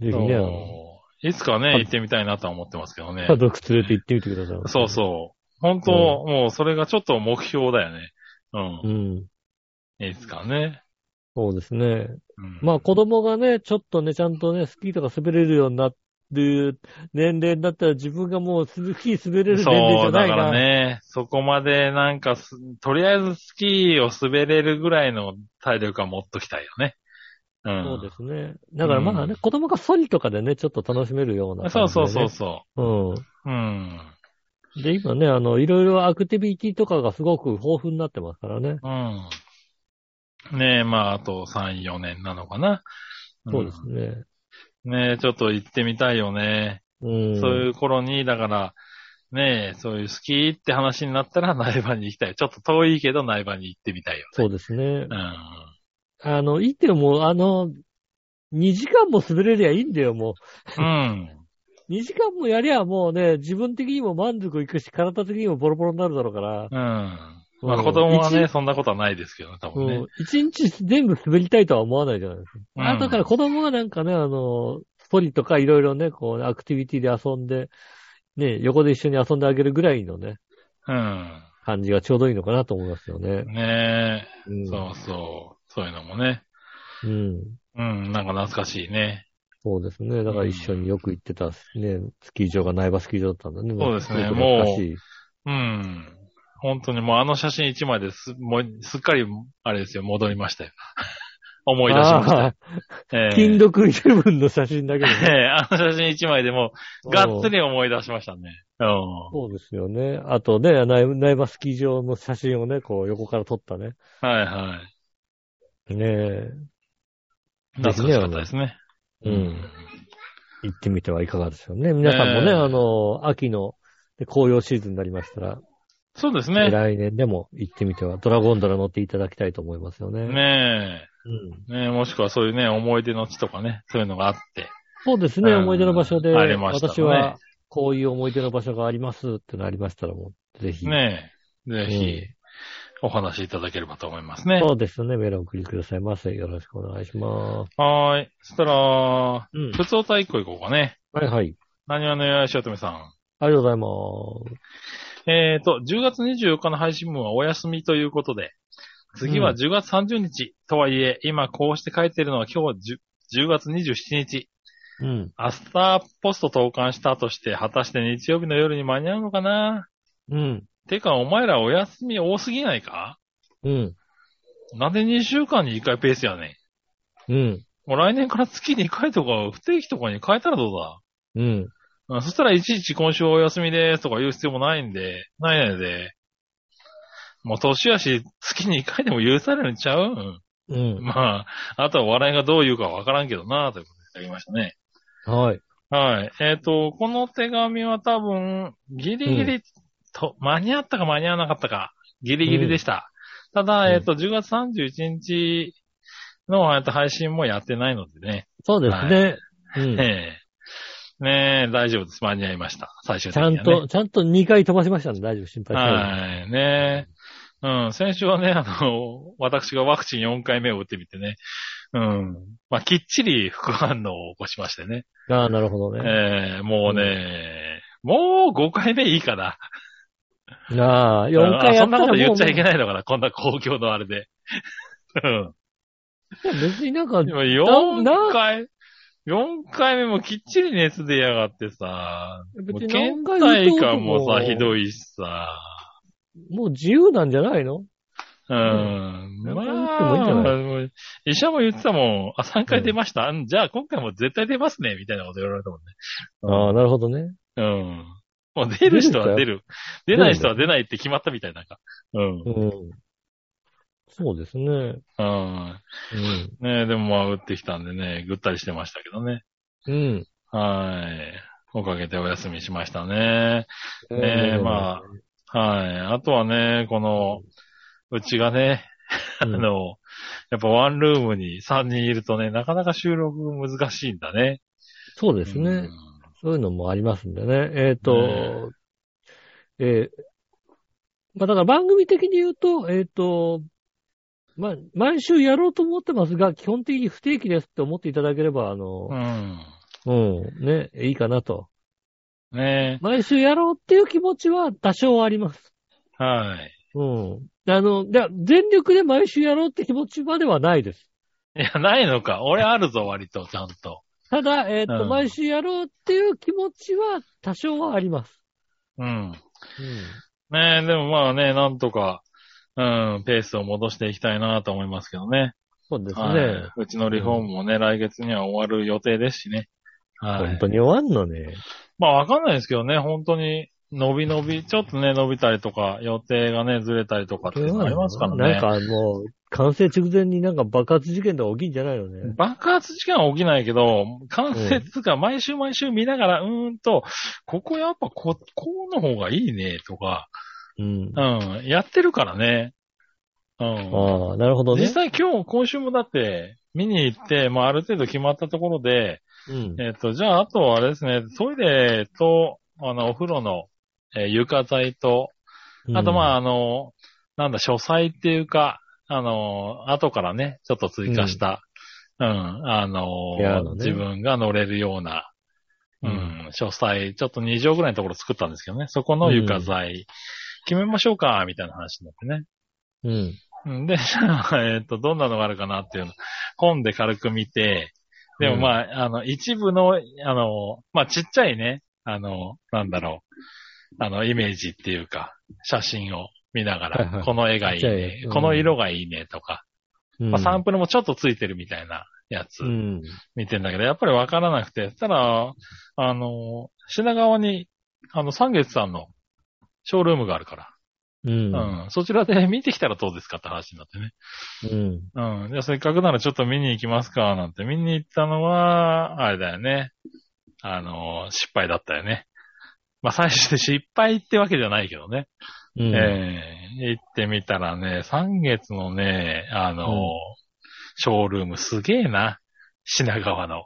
ぜひね、あの、
そういつかね、行ってみたいなとは思ってますけどね
家。族連れて行ってみてください。
そうそう。本当、もうそれがちょっと目標だよね。う
うん。
ん。いつかね。
そうですね。
うん、
まあ子供がね、ちょっとね、ちゃんとね、スキーとか滑れるようになる年齢になったら自分がもうスキー滑れる年齢じ
そ
ゃ
う、だ
ない
か
な。
らね、そこまでなんかす、とりあえずスキーを滑れるぐらいの体力は持っときたいよね。うん。
そうですね。だからまあね、
うん
子供がソリとかでね、ちょっと楽しめるような
そ
感
う
じで
そ
ね、
うそうそう。
う。
うん。
ん。で、今ね、あの、いろいろアクティビティとかがすごく豊富になってますからね。
うん。ねえ、まあ、あと3、4年なのかな。ん
そうですね。
ねえ、ちょっと行ってみたいよね。
うん。
そういう頃に、だから、ねえ、そういうスキーって話になったら苗場に行きたい。ちょっと遠いけど苗場に行ってみたいよね。
そうですね
う。ん。
あの、いいってよもう、あの、2時間も滑れりゃいいんだよ、も
うん。
う。2時間もやりゃもうね、自分的にも満足いくし、体的にもボロボロになるだろうから。
うん。ま
う
あ
ん
子供はね、
一
そんなことはないですけどね、多分
うん
ね。。
一日全部滑りたいとは思わないじゃないですか
うん
あだから子供はなんかね、あの、スポリとかいろいろね、こう、アクティビティで遊んで、ね、横で一緒に遊んであげるぐらいのね、
うん。
感じがちょうどいいのかなと思いますよね。
ね
う
え、
ん。
そうそう。そういうのもね。
うん。
うん、なんか懐かしいね。
そうですね。だから一緒によく行ってた、ね、スキー場が苗場スキー場だったんだね。
そうですね
ごく懐かしい。
うん。本当にもうあの写真一枚です、もうすっかり、あれですよ、戻りましたよ。 思い出しました。
あ
え
あ、
え
金読イレブンの写真だけど
え
ね。
えあの写真一枚でもう、 がっつり思い出しましたね。うん
そうですよね。あとね、苗苗場スキー場の写真をね、こう横から撮ったね。
はいは
ねえ、
い。懐かしかったですね。
うん。行ってみてはいかがでしょうね。皆さんもね、
ええ
あの、秋ので紅葉シーズンになりましたら、
そうですね。
来年でも行ってみては、ドラゴンドラ乗っていただきたいと思いますよね。
ね
うん、
え。ねえ、もしくはそういうね、思い出の地とかね、そういうのがあって。
そうですね、
うん
思い出の場所で、
ありましたね
私はこういう思い出の場所がありますってのありましたら、もう、ぜひ。
ねえ。ぜひ
え、
お話しいただければと思いますね。
そうですね、メールをお送りくださいませ。よろしくお願いします。
はーい。そしたら、
うん。
普通歌一個いこうかね。
はいはい。
何話のよやしおとめさん。
ありがとうございます。
ええっ、と、10月24日の配信分はお休みということで、次は
うん
10月30日、とはいえ、今こうして書いてるのは今日 10, 10月27日、
うん。
アスターポスト投函したとして、果たして日曜日の夜に間に合うのかな
うん。
てか、お前らお休み多すぎないか
うん。
なんで2週間に1回ペースやねん。
うん。
もう来年から月2回とか不定期とかに変えたらどうだ
うん。
うんそしたらいちいち今週お休みですとか言う必要もないんで、ないので、もう年やし月2回でも許されるんちゃう、
うん。
まあ、あとは笑いがどう言うかわからんけどな、ということでいただきましたね。
はい。
はい。えっ、と、この手紙は多分、ギリギリと、間に合ったか間に合わなかったか、ギリギリでした。ただ、
うん
えっ、と、10月31日のえーと配信もやってないのでね。
そうですね。うん。
ええねえ、大丈夫です。間に合いました。最終
ち
的に
ゃ
は、
ん
ね。
と、ちゃんと2回飛ばしましたんで大丈夫、心配しない
はい、ねえ。うん、先週はね、あの、私がワクチン4回目を打ってみてね、うん、まあ、きっちり副反応を起こしましてね、
で。ああ、なるほどね。
ええもうね、もう5回目いいかな。
ああ、4回や
そ
っ
ん
た
な
ら
こ
も
と
う、
言っちゃいけないのかな、こんな公共のあれで。うん。
別になんか
で、も4回、4回目もきっちり熱出やがってさ、もう
別に
倦
何回言
怠
うと
感もさ、ひ
い。
どいしさ。
もう自由なんじゃないの
うん。
うん
ま
なんか打ってもいいんじゃな
あ、もう医者も言ってたもん、あ、3回出ました、うんじゃあ今回も絶対出ますね、みたいなこと言われたもんね。
ああ、なるほどね。
うん。もう出る人は出る。
出
出
るんだよ
ない人は出ないって決まったみたいな。うん
う。ん。そうですね。う
うん。
ん。
ねえ、でもまあ打ってきたんでね、ぐったりしてましたけどね。
うん。
はい。おかげでお休みしましたね。
え
ねえ、まあ、はい。あとはね、この、うちがね、
あ
あの、やっぱワンルームに3人いるとね、なかなか収録難しいんだね。
そうですね。
うん
そういうのもありますんでね。えっ、と、えーまあだから番組的に言うと、えっ、と、まあ、毎週やろうと思ってますが、基本的に不定期ですって思っていただければ、あ
う
の、
ん。
うん、ね、いいかなと。
ね
毎週やろうっていう気持ちは多少あります。
え。はい。
うん。あの、で全力で毎週やろうって気持ちまではないです。
いや、ないのか。俺あるぞ、割と、ちゃんと。
ただ、えっ、と、
うん
毎週やろうっていう気持ちは多少はあります。
うん。
うん。
ねえ、でもまあね、なんとか、うん、ペースを戻していきたいなと思いますけどね。
そうですね。
はい。うちのリフォームもね、来月には終わる予定ですしね。はい。
本当に終わんのね。
まあわかんないですけどね、本当に、伸び伸び、ちょっとね、伸びたりとか、予定がね、ずれたりとかっていうのがありますからね。
なんかもう、完成直前になんか爆発事件とか起きんじゃないよね。
爆発時間は起きないけど、関節が毎週毎週見ながら、うーんと、ここやっぱこ、こうの方がいいね、とか、
うん。
うん、やってるからね。うん。
ああ、なるほどね
実。際今日、今週もだって、見に行って、まあある程度決まったところで、
うん。
えっ、と、じゃああとはあれですね、トイレと、あの、お風呂の、えー床材と、あと、まあ、あの、なんだ、書斎っていうか、あの、後からね、ちょっと追加した、うん、あ
部屋
の、
のね
自分が乗れるような、う、
うん
書斎、ちょっと2畳ぐらいのところ作ったんですけどね、そこの床材、決めましょうか、みたいな話になってね。
うん。うん。
うんで、じゃあ、えっ、と、どんなのがあるかなっていうの、本で軽く見て、でも
うん
まあ、あの、一部の、あの、まあ、ちっちゃいね、あの、なんだろう、あの、イメージっていうか、写真を見ながら、
はいはい
この絵がいい
ちっちゃい
ね、
うん
この色がいいねとか、
うん
まあ、サンプルもちょっとついてるみたいなやつ
うん。
見てんだけど、やっぱりわからなくて、そしたら、あの、品川に、あの、三月さんのショールームがあるから、
うん。
うん、そちらで見てきたらどうですかって話になってね。
うん。
うん。じゃあせっかくならちょっと見に行きますか、なんて。見に行ったのは、あれだよね。あのー、失敗だったよね。まあ、最初で失敗ってわけじゃないけどね。
うん。
ええ行ってみたらね、3月のね、あのー
うん
ショールームすげえな。品川の。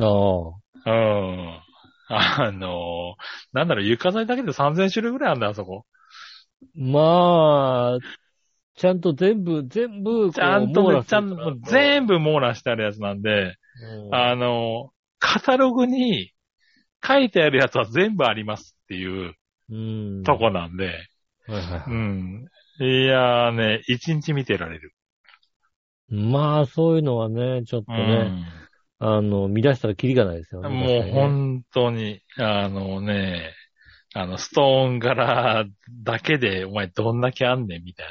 ああ。
うん。あのーなんだろう、床材だけで3000種類ぐらいあるんだ、あそこ。
まあ、ちゃんと全部、全部こう、
ちゃんと
網
ね、
羅す
ちゃ
る
んと、もう全部網羅してあるやつなんで、
うん
あの、カタログに書いてあるやつは全部ありますっていう、
うん。
とこなんで、
はいはいは
うん。いやーね、一日見てられる。
い。まあ、そういうのはね、ちょっと
う
ね、
ん。
あの、見出したらキリがないですよね。
もう
確かにね
本当に、あのね、あの、ストーン柄だけで、お前どんだけあんねん、みたい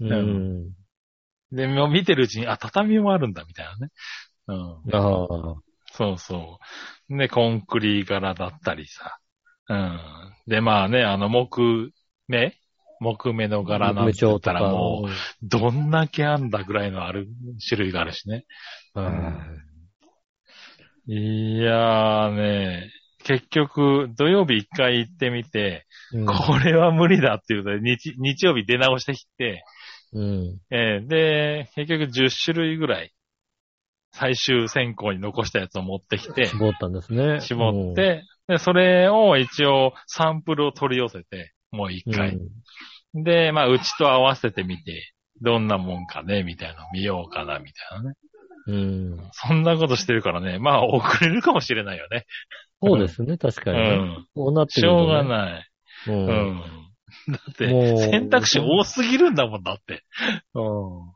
うん。
なね。で、もう見てるうちに、あ、畳もあるんだ、みたいなね。うん。
ああ。
そうそう。で、コンクリ柄だったりさ。うん。で、まあね、あの、木目木目の柄なんて言ったらもう、どんだけあんだぐらいのある、種類があるしね。う。
うんん。
いやーね、結局、土曜日一回行ってみて、
うん
これは無理だっていうので、日、日曜日出直してきて、
うん。
えーで、結局10種類ぐらい、最終選考に残したやつを持ってきて、
絞ったんですね。
絞って、で、それを一応サンプルを取り寄せて、もう一
うん、
回。で、まあ、うちと合わせてみて、どんなもんかね、みたいなの見ようかな、みたいなね。
うん。
そんなことしてるからね、まあ、遅れるかもしれないよね。
そうですね、確か
う
にね。
ん。
こうなって
し
くると
ょ
ね
うがない。
う。
うんん。だって
もう、
選択肢多すぎるんだもんだって。
も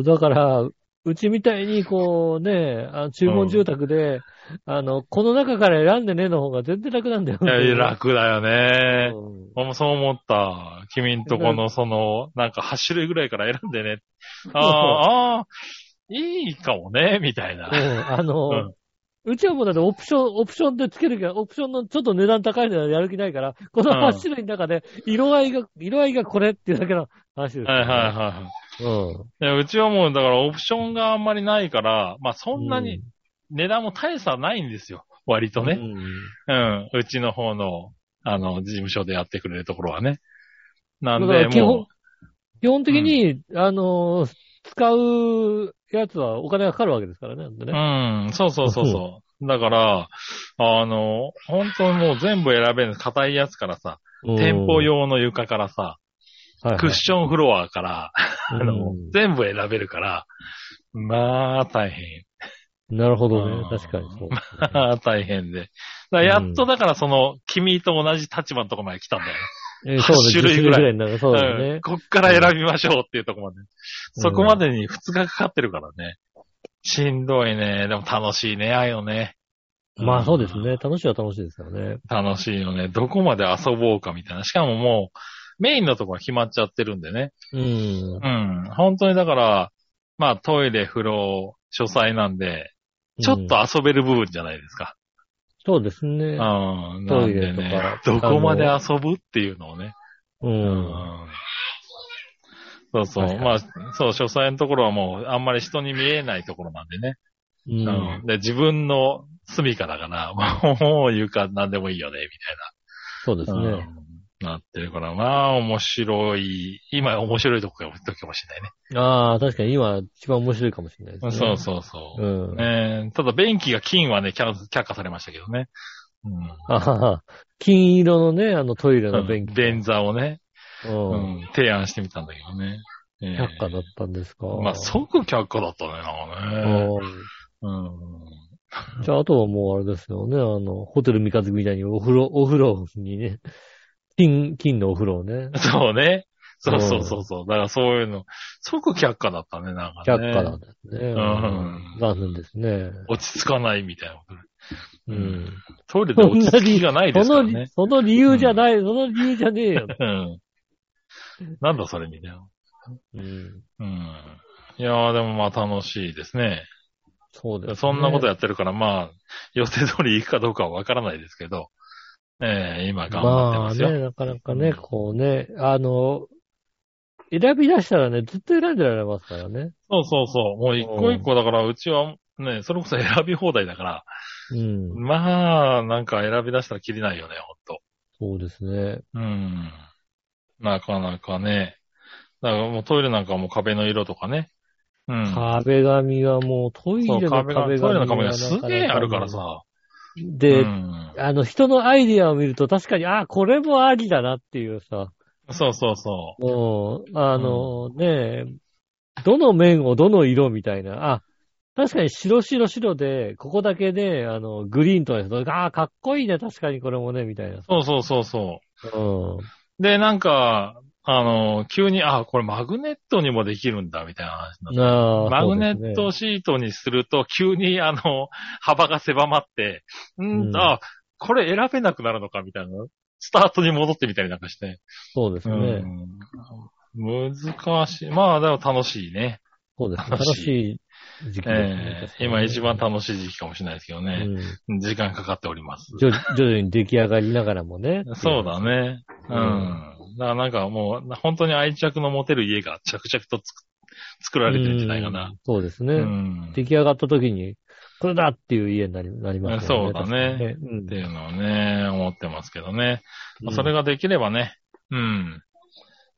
う、だから、うちみたいに、こうね、あ注文住宅で、あの、この中から選んでねの方が全然楽なんだよ
い
ね。
や、楽だよ
う
ね。
ん。
俺もそう思った。君んとこの、その、なんか8種類ぐらいから選んでね。 ああ、ああ、いいかもね、みたいな。
うんあ
う
の
ん、
うちはもうだってオプション、オプションでつけるけど、オプションのちょっと値段高いのはやる気ないから、この
うん
8種類の中で、色合いが、色合いがこれっていうだけの話です、
はいはいはい
は
いうや。うちはもう、だからオプションがあんまりないから、まあそ
うん。
んなに、値段も大差ないんですよ。割と
うん、
ね。うん。うちの方の、あの、事務所でやってくれるところはね。なん
だか
で、
ら基本
も
基本的に、あの、使うやつはお金がかかるわけですからね。なんで
う、
ね
うん、そうそうそうそう。だから、あの、本当にもう全部選べる。硬いやつからさ、店舗用の床からさ、
うん、
クッションフロアから、
ョ
あの、全部選べるから、まあ、大変。
なるほどね
う。ん
確かに そう。
ああ、大変で。だからやっとだからその、君と同じ立場のとこまで来たんだよね。
えーそうね、
8種類ぐらい
いになる。そうだよね。
んこっから選びましょうっていうとこまで。そこまでに2日かかってるからね。しんどいね。でも楽しいね、ああよね。
まあそうですね。楽しいは楽しいですからね。
楽しいよね。どこまで遊ぼうかみたいな。しかももう、メインのとこは決まっちゃってるんでね。
うん。
うん。本当にだから、まあトイレ、風呂、書斎なんで、ちょっと
うん、
遊べる部分じゃないですか。
そうですね。
うん。な
ト
ん
イ
で
レと
ね
か、
どこまで遊ぶっていうのをね。
う。
うんんそうそう。
はい
まあ、そう、書斎のところはもう、あんまり人に見えないところなんでね。
うん。
うん。で、自分の住処だから、 もう床なんでもいいよね、
そうで
みた
す
いな。
ね。
うんなってるから、まあ、面白い。今、面白いとこが時かもしれないね。
ああ、確かに今一番面白いかもしれないですね。
そうそうそう。
うん。
えーただ、便器が金はね、却却下されましたけどね。うん。
あはは。金色のね、あのトイレの 便器。
便座をね、
う。
うんん、提案してみたんだけどね。えー
却下だったんですか。
まあ、即却下だったね、なんかね。
う
うん
ん。じゃあ、あとはもうあれですよね。あの、ホテル三日月みたいにお風呂、お風呂にね、金、金のお風呂をね、
そうね。そうそうそうそう。だからそういうの、即却下だったね、なんか
却
ね。
下なんですね。
ん
残念ですね。
落ち着かないみたいなこと。
うん。
トイレで落ち着きがないで
そ
すか
の
ら
理、
ね。
その理由じゃない、その理由じゃね えよ。
うん。なんだそれみたいな。
うん。
うん。いやーでもまあ楽しいですね。
そうです、ね。
そんなことやってるから、まあ、予定通り行くかどうかはわからないですけど、ええ今頑張って
ま
ま
あ
すよ。
ね、なかなかね、
うん
こうね、あの、選び出したらね、ずっと選んでられますからね。
そうそうそう。もう一個一個だから、うちはね、それこそ選び放題だから、
うん。
まあ、なんか選び出したらきりないよね、ほんと。
そうですね。
うん。なかなかね。だからもうトイレなんかはもう壁の色とかね。うん。
壁紙はもうトイ
そう
レの
壁
壁
が、ト
紙
イレの壁
は
がすげえあるから。さ。
で、
うん
あの、人のアイディアを見ると確かに、あ、これもありだなっていうさ、
そうそうそ
もう、あの、ねえどの面をどの色みたいな、あ、確かに白白白で、ここだけね、あの、グリーンとかですああ、かっこいいね、確かにこれもね、みたいな。
そうそうそうそ
うん。
う。で、なんか、あの、急に、あ、これマグネットにもできるんだ、みたいな話になって
ああ
マグネットシートにすると、急に、あの、 幅が狭まって、ん
う
ー
ん
あ、これ選べなくなるのか、みたいな。スタートに戻ってみたりなんかして。
そうですね。そうですね。
うん難しい。まあ、でも楽しいね。
そうですね。楽
楽し
しい時期です
え
ね
え。今一番楽しい時期かもしれないですけど
し
ね。時間かかっております。
徐徐々に出来上がりながらもね。
そうだね。う
うん
ん。だからなんかもう、本当に愛着の持てる家が着々とつく作られてるんじゃないかな
う。ん。そうですね。
うん。
出来上がった時に、これだっていう家になりなりますよね。
そうだね
確かに
っ
ね。
ていうのをね、思ってますけどね。
う
まあ
ん
それができればね、うん。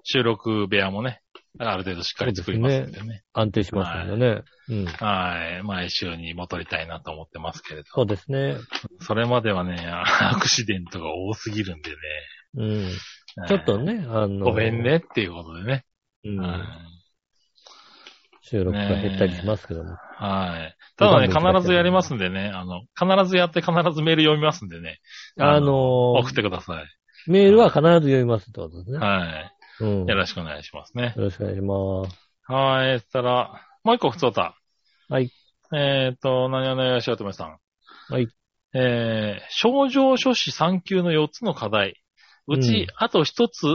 収録部屋もね、ある程度しっかり作りますんでね。
安定しますよね。うん。
はい。毎週に戻りたいなと思ってますけれ
そう
ど。
ですね。
それまではね、アクシデントが多すぎるんでね。
うん。ちょっと
ね。
ね、あの、
ごめんねっていうことでね。
うん。
はい
収録が減ったりしますけども。
はい。ただね、
ご勘弁ください
必ずやりますんでね。あの、必ずやって必ずメール読みますんでね。
あの
送ってください。
メールは必ず読みますってことですね。
は
うん。
い。よ
よ
ろしくお願いしますね。
ろしくお願いします。
はい。そしたら、もう一個、ふつおた。
はい。
えっ、と、何をね、しおとめさん。
はい。
えー、症状書士3級の4つの課題。うち、
うん
あと1つ、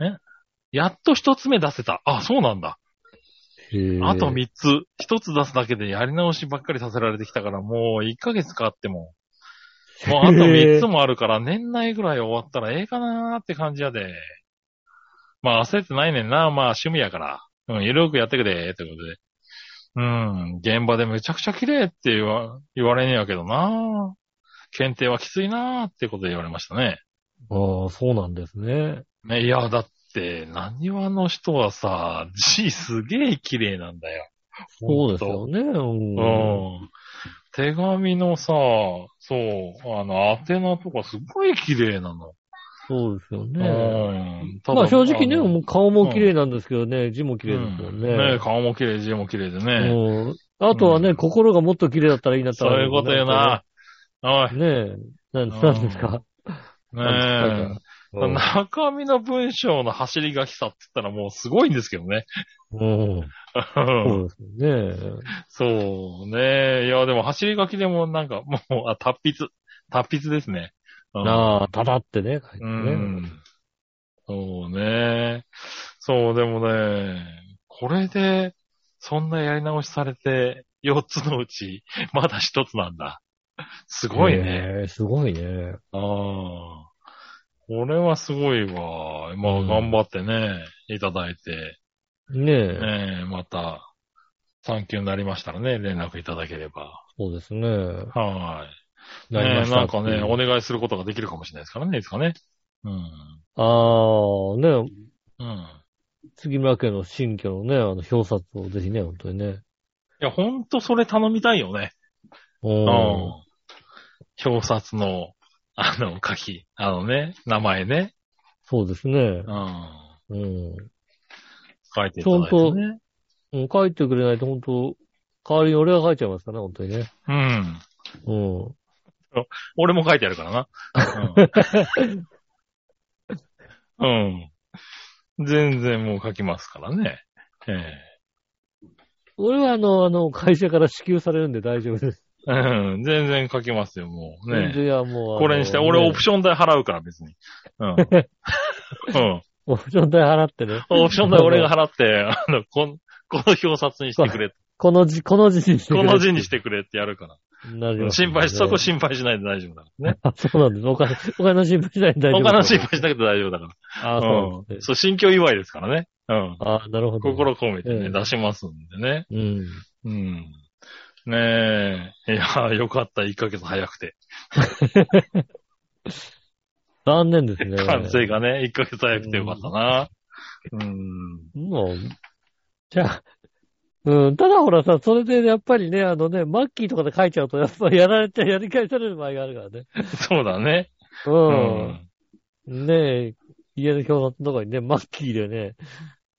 えやっと1つ目出せた。あ、そうなんだ。
へー
あと3つ。1つ出すだけでやり直しばっかりさせられてきたから、もう1ヶ月かあっても。もうあと3つもあ るから、年内ぐらい終わったらええかなーって感じやで。まあ焦ってないねんな。まあ趣味やから。うん、ゆるくやってくで、ということで。うん、現場でめちゃくちゃ綺麗って言わ言われんやけどな検定はきついなーってことで言われましたね。
ああ、そうなんですね。
ねいや、だって、何話の人はさ、字すげえ綺麗なんだよ。
そうですよね。うん
うん。手紙のさ、そう、あの、宛名とかすごい綺麗なの。
そうですよね。
うん。ただ
まあ正直ね、
あの
もう顔も綺麗なんですけどね、字も綺麗ですもん
うんね
ね。
顔も綺麗、字も綺麗でね。
うんあとは
う
ね、
ん
心がもっと綺麗だったらいいなと
そういうことよな。。おい、ね
ねえ。なんなんですかなんです。か
え
うん
中身の文章の走り書きさって言ったらもうすごいんですけどね。
うん。そうですよね。
そうね。いや、でも走り書きでもなんかもう、あ、達筆。達筆ですね。うん
なあ、ただってね、書いて
う
ね。
ん。そうね。そう、でもね、これで、そんなやり直しされて、4つのうち、 まだ1つなんだ。
す
すごいね。。
すごいね。
ああ。これはすごいわ。まあ、
うん
頑張ってね、いただいて、
ねえ。
ねえ、また、産休になりましたらね、連絡いただければ。
そうですね。
はーい。
なり
ね
ま
え、
した
なんかね、
うん
お願いすることができるかもしれないですからね、いつかね。うん。
ああ、ね、
うん。
杉村家の新居のね、あの、表札をぜひね、本当にね。
いや、ほんとそれ頼みたいよね。
う。
うん表札の、あの、書き、あのね、名前ね。
そうですね
う。ん。
うん。
書いていただいてね。
うん、書いてくれないと本当、代わりに俺が書いちゃいますからね、本当にね。
うん。
うん。
俺も書いてあるからな。うん。うん。全然もう書きますからね。え
俺はあの、あの、会社から支給されるんで大丈夫です。
えうん。全然書きますよ、もう
全然
ね。
いや、もうあの。
これにして、俺オプ
シ
ション代払うから、別に。 うん。うん。
ョン。オプション代払ってね。
オプション代俺が払って、あの、こんこの表札にしてくれ
この字、この字にしてく
こ
れ
の字にしてくれってやるから。
なりますね
心配し、そこ心配しないで大丈夫だからね。
あ、そうなんです。お金、お金の心配しないで大丈夫。
他の心配しなくて大丈夫だか
あ
ら。
あ、
う
そ
ん
うなん。ですね。
そう、心境祝いですからね。うん。
ああ、なるほど。。
心込めて
う
ね、
ん
出しますんでね。
うん。
うん。ねえ。いや、よかった、1ヶ月早くて。
残念ですね。
完成がね、1ヶ月早くてよかったな。うん。
もう、じゃあ、うん、ただほらさ、それでやっぱりね、あのね、マッキーとかで書いちゃうと、やっぱりやられて、やり返される場合があるからね。
そうだね。う
うん。ねえ、家の表札のとこにね、マッキーでね、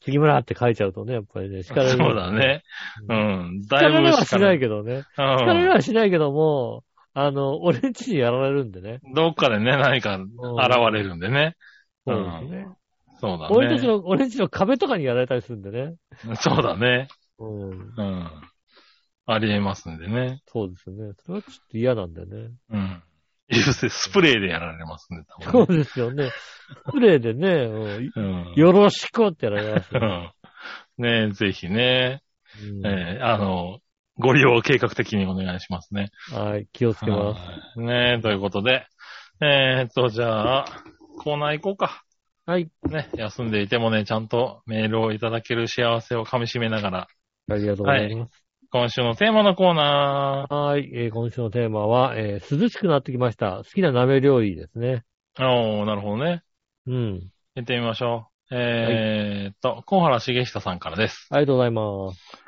杉村って書いちゃうとね、やっぱりね、叱
そ
られる。
うだ。ね。
う。
うんん。
叱
だい
ら
ぶ
れはしない
け
けどね。
ど。
叱られはしないけども、あの、俺んちにやられるんでね。
うん。どっかでね、何か現れるんでね。
そうですね。
そうだね。
俺たちの、俺んちの壁とかにやられたりするんでね。
そうだね。
うん。
うん。ありえますんでね。
そうですね。それはちょっと嫌なんだよね。
うん。優勢スプレーでやられますんで、多
そう
分ね
ですよね。スプレーでね、うん
うん。
よろしくってやられます
う
よ、
んねえ、ぜひね、
うん
ええあの、ご利用を計画的にお願いしますね。
はい、気をつけます。
はいねえ、ということで。えーっと、じゃあ、コーナー行こうか。
はい。
ね、休んでいてもね、ちゃんとメールをいただける幸せを噛み締めながら、
ありがとうございます。
今週のテーマのコーナ
はい、えー今週のテーマは、えー涼しくなってきました。好きな鍋料理ですね。
ー。おー、なるほどね。
うん。
行ってみましょう。えーっと、小原茂久さんからです。
ありがとうございます。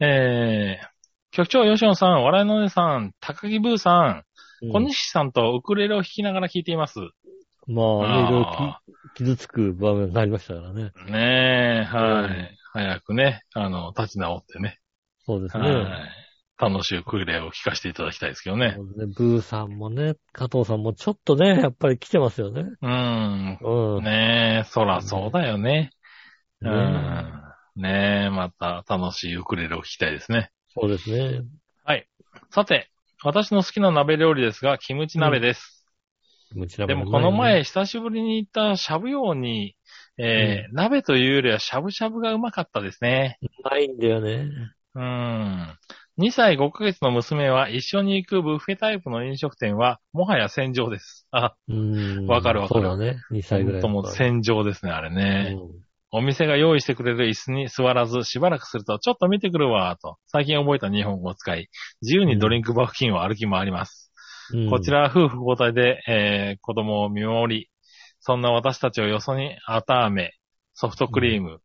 えー、局長吉野さん、笑いのお姉さん、高木ブーさ
うん
ん、小西さんとウクレレを弾きながら聞いています。
まあ、ね、いろいろき傷つく場面になりましたからね。
あーねえ、はい、
うん
早くね、あの、立ち直ってね。
そうです
は
ね。
い。楽しいウクレレを聴かせていただきたいですけどね。
そうですねブーさんもね、加藤さんもちょっとね、やっぱり来てますよね。
うー。
うんん。
ねえ、そらそうだよね。う
ね
ん。ねえ、また楽しいウクレレを聴きたいですね。
そうですね。
さて、私の好きな鍋料理ですが、キムチ鍋です。
もちろん
でもこの、前、久しぶりに行ったしゃぶ用に、えー鍋というよりはしゃぶしゃぶがうまかったですね。
ないんだよね。
うーん。2歳5ヶ月の娘は一緒に行くブッフェタイプの飲食店は、もはや戦場です。あ、
うん。
わかるわかる
そうだね。2歳ぐ
ほ
ら
ん
い
と
の
も
頃。
う戦場ですね、あれね。
うん
お店が用意してくれる椅子に座らず、しばらくすると、ちょっと見てくるわ、と、最近覚えた日本語を使い、自由にドリンクバー付近を歩き回ります。
うん
こちらは夫婦交代で、えー子供を見守り、そんな私たちをよそに、あたあめ、ソフトクリーム、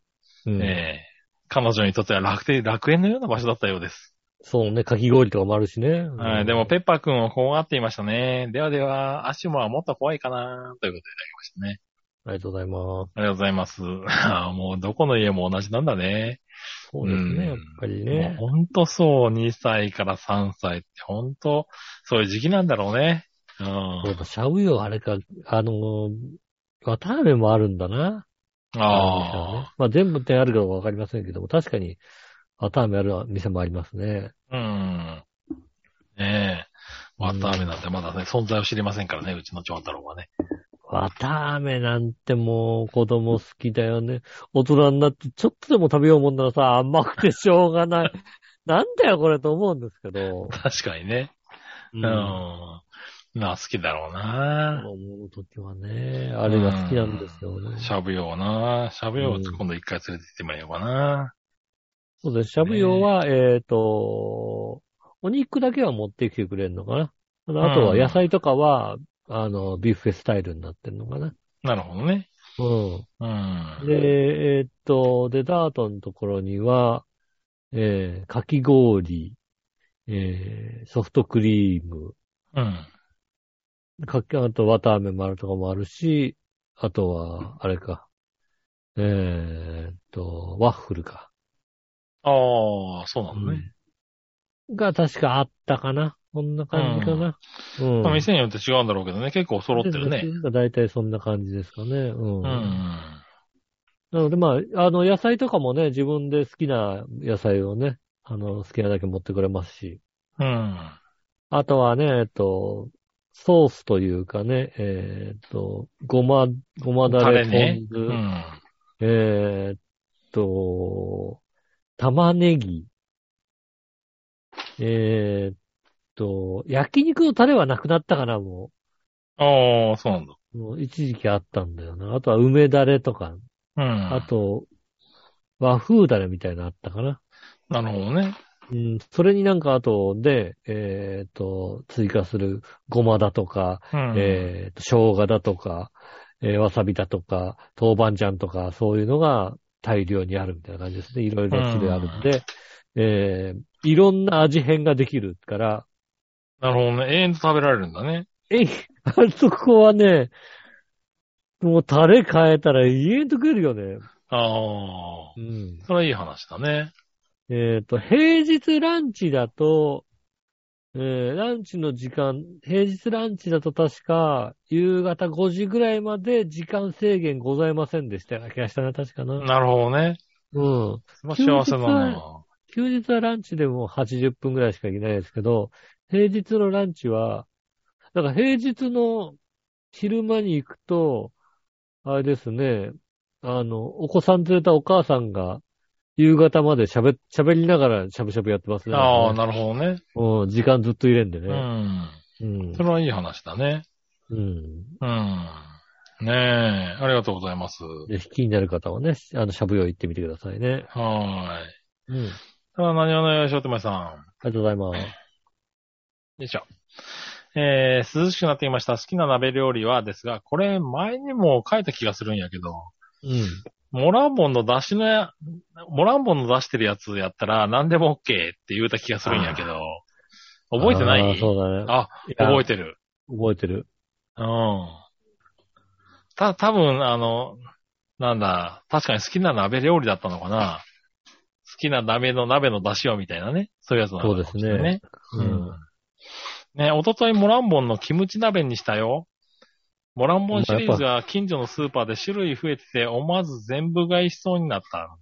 うん
えー彼女にとっては楽天楽園のような場所だったようです。
そうね、かき氷とかもあるしね。う
は
ん
い、でも、ペッパーくんを怖がっていましたね。ではでは、足もはもっと怖いかな、ということでいただきましたね。
ありがとうございま
ありがとうございます。 あーもう、どこの家も同じなんだね。
す。そうです
うん
ね、やっぱりね。
もうほんとそう、2歳から3歳って、ほんと、そういう時期なんだろうね。うん。
やっぱ、シャウヨあれか、あのー、綿あめもあるんだな。
ああ。
あ。まあ、全部点あるかはわかりませんけども、確かに、綿あめある店もありますね。
うん。ねえ。わたあめなんてまだね、存在を知りませんからね、うちの長太郎はね。
綿あめなんてもう、子供好きだよね。大人になって、ちょっとでも食べようもんならさ、甘くてしょうが ない。なんだよ、これと思うんですけど。
確かにね。
う
うんん。まあ好きだろうな。
思うときはね、あれが好きなんですよね。
しゃぶような。しゃぶよう今度一回連れて行ってもらえようかな。
そうです。しゃぶ用は、えっ、と、お肉だけは持ってきてくれるのかな。あのあとは
うん
野菜とかは、あの、ビュッフェスタイルになってるのかな。
なるほどね。
う。
うんん。
で、えっ、と、デザートのところには、えー、かき氷、えー、ソフトクリーム、
うん。
かき、あと、綿あめもあるとかもあるし、あとは、あれか、えーっと、ワッフルか。
ああ、そうなのね。
が確かあったかな。こんな感じかな。うん。
まあ店によって違うんだろうけどね、結構揃ってるね。
だいたいそんな感じですかね。うん。
うん。
なのでまあ、あの、野菜とかもね、自分で好きな野菜をね、あの、好きなだけ持ってくれますし。
うん。
あとはね、えっと、ソースというかね、えーっと、ごま、ごまだ
タ
れ、
レね。
ポ
う
ン酢、
ん。
えーっと、玉ねぎ、えーっと、焼肉のタレはなくなったかな、も
ああ、そうなんだ。
う。もう一時期あったんだよな。あとは梅だれとか、
うん。
あと、和風だれみたいなのあったかな。
なるほどね。
うん、それになんかあとで、えーっと、追加するごまだとか、
うん。
えーっと、生姜だとか、えーわさびだとか、豆板醤とか、そういうのが大量にあるみたいな感じですね。いろいろ種類あるんで、えーいろんな味変ができるから、
なるほどね。永遠と食べられるんだね。
えい、あそこはね、もうタレ変えたら永遠と食えるよね。
ああ。
うん。
それはいい話だね。
えっ、と、平日ランチだと、えーランチの時間、平日ランチだと確か、夕方5時ぐらいまで時間制限ございませんでしたような気がしたな、確かな。
なるほどね。
うん。
それは幸せ
休
だ
日
な。
休日はランチでも80分ぐらいしかいけないですけど、平日のランチは、だから平日の昼間に行くと、あれですね、あの、お子さん連れたお母さんが、夕方まで喋っ、喋りながらしゃぶしゃぶやってますね。
ああ、なるほどね。
うん、時間ずっと入れんでね。
うん。
うん
そ。れはいい話だね。
うん。
うん。ねえ、ありがとうございます。
で、気になる方はね、あの、しゃぶ用行ってみてくださいね。
はーい。
うん。あり
ただ、何をのよしおとめさん。
がとうございます。
よいしょ。えー、涼しくなってきました。好きな鍋料理はですが、これ前にも書いた気がするんやけど、
うん。
モランボンの出汁のや、モランボンの出してるやつやったら何でも OK って言うた気がするんやけど、覚えてな
あ
い
ーそうだね。
あ、
いや
覚えてる。
覚えてる。
うん。た、多分あの、なんだ、確かに好きな鍋料理だったのかな。好きな鍋の鍋の出汁をみたいなね。そういうやつなのかもしれないね。
そうですねうん
うん。ね、おとといモランボンのキムチ鍋にしたよ。モランボンシリーズが近所のスーパーで種類増えてて思わず全部買いしそうになった。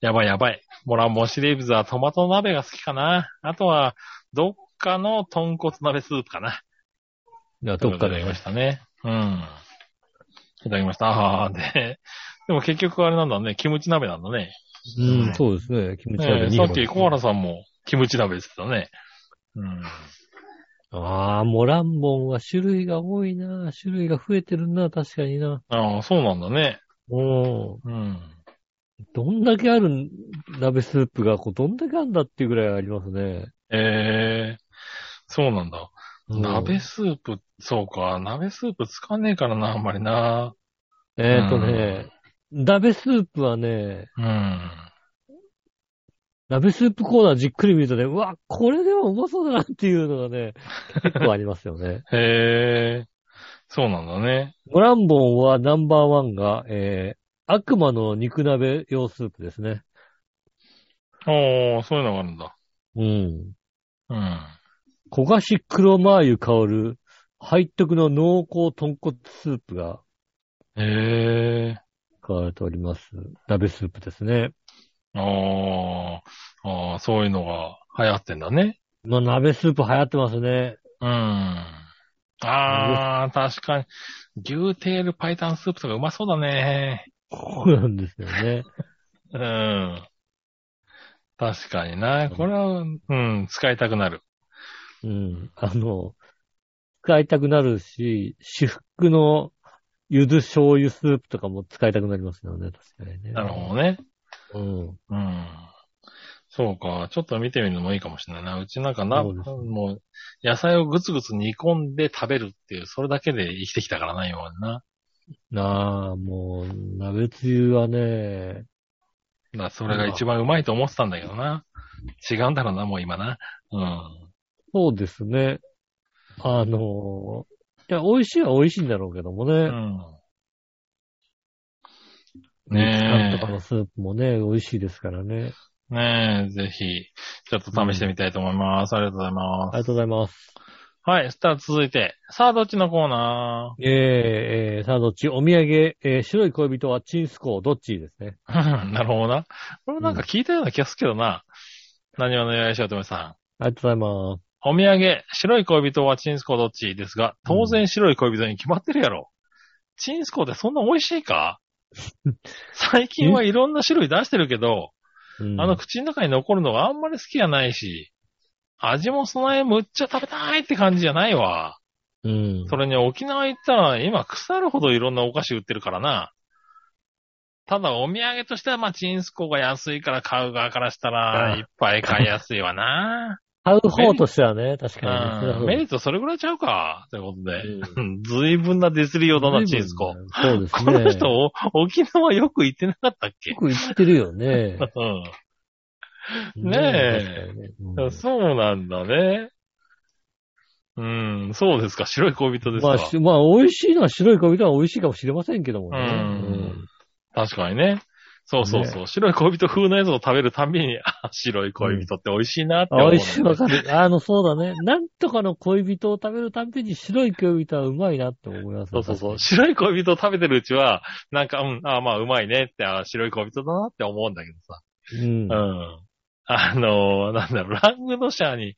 やばいやばい。モランボンシリーズはトマト鍋が好きかな。あとは、どっかの豚骨鍋スープかな。
いや、どっか
いただ
で
き。ましたね。うん。いただきました。ああ、で、でも結局あれなんだね、キムチ鍋なんだね。
うん、そうですね。キムチ鍋
ねえ
2
さ
本。
っき小原さんもキムチ鍋ですたね。うん。
ああ、モランボンは種類が多いな。種類が増えてるな、確かにな。
ああ、そうなんだね。
うん。
うん。
どんだけある鍋スープが、こう、どんだけあるんだっていうぐらいありますね。
ええそうなんだ。
うん
鍋スープ、そうか、鍋スープつかねえからな、あんまりな。
えっ、とね、鍋スープはね、
うん。
鍋スープコーナーじっくり見るとね、うわ、これでもうまそうだなっていうのがね、結構ありますよね。
へえそうなんだね。
モランボンはナンバーワンが、えー、悪魔の肉鍋用スープですね。
おー、そういうのがあるんだ。
うん。
うん。
焦がし黒マー油香る、背徳の濃厚豚骨スープが
へえ
使われております。鍋スープですね。
ああ、ああ、そういうのが流行ってんだね。
まあ、鍋スープ流行ってますね。
うん。ああ、確かに。牛テールパイタンスープとかうまそうだね。
そうなんですよね。
うん。確かにな。これは、うん、使いたくなる。
うん。あの、使いたくなるし、至福のゆず醤油スープとかも使いたくなりますよね。確かにね。
なるほどね。
ど。うん。
うん。そうか。ちょっと見てみるのもいいかもしれないな。うちなんかな、
そうです
もう、野菜をぐつぐつ煮込んで食べるっていう、それだけで生きてきたからな、今までな。
なあ、もう、鍋つゆはね、
だからそれが一番うまいと思ってたんだけどな。違うんだろうな、もう今な。うん。
そうですね。あの、いや、美味しいは美味しいんだろうけどもね。
うん。
ね
ね
とかのスープもね、美味しいですからね。
え。ねえ、ぜひ、ちょっと試してみたいと思います。ありがとうござい
あ
ま
りがとうございます。
す。はい、そしたら続いて、さあ、どっちのコーナ
えー、えー、さあどっちお土産、えー、白い恋人はチンスコー、どっちですね。
ーなるほどな。これなんか聞いたような気がするけどな。何をのよやしおとめさん。
ありがとうございます。
お土産、白い恋人はチンスコどっちですが、当然白い恋人に決まってるやろ。チンスコってそんな美味し いか最近はいろんな種類出してるけど、
うん
あの、口の中に残るのがあんまり好きじゃないし、味もその辺むっちゃ食べたいって感じじゃないわ。
うん。
それに沖縄行ったら今腐るほどいろんなお菓子売ってるからな。ただお土産としてはまあチンスコが安いから買う側からした
あ
ら
あ
いっぱい買いやすいわな。
買う方としてはね、確か
う
に
ん。メリ
ね。
ットそれぐらいちゃうか。ということで。
う
ずいぶんなディスりようだな、チンスコ。
そうですね。
この人、お沖縄よく行ってなかったっけ
よく言ってるよね。
うん。 ねえ
え。確かにね
そうなんだね。うん、そうですか。白い恋人
う
で
ん
すか。
まあ、しまあ、美味しいのは白い恋人は美味しいかもしれませんけどもね。
うん確かにね。そうそうそう。白い恋人風のやつを食べるたびに、あ白い恋人って美味しいなって思う
あ、
のね、
美味しいわかる。あの、そうだね。なんとかの恋人を食べるたんびに白い恋人はうまいなって思います
そ
ね、
うそうそう。
確
白い恋人を食べてるうちは、なんか、うん、あまあ、うまいねって、あ白い恋人だなって思うんだけどさ。
かに。うん。
うん。あのーなんだろう、ラングドシャーに、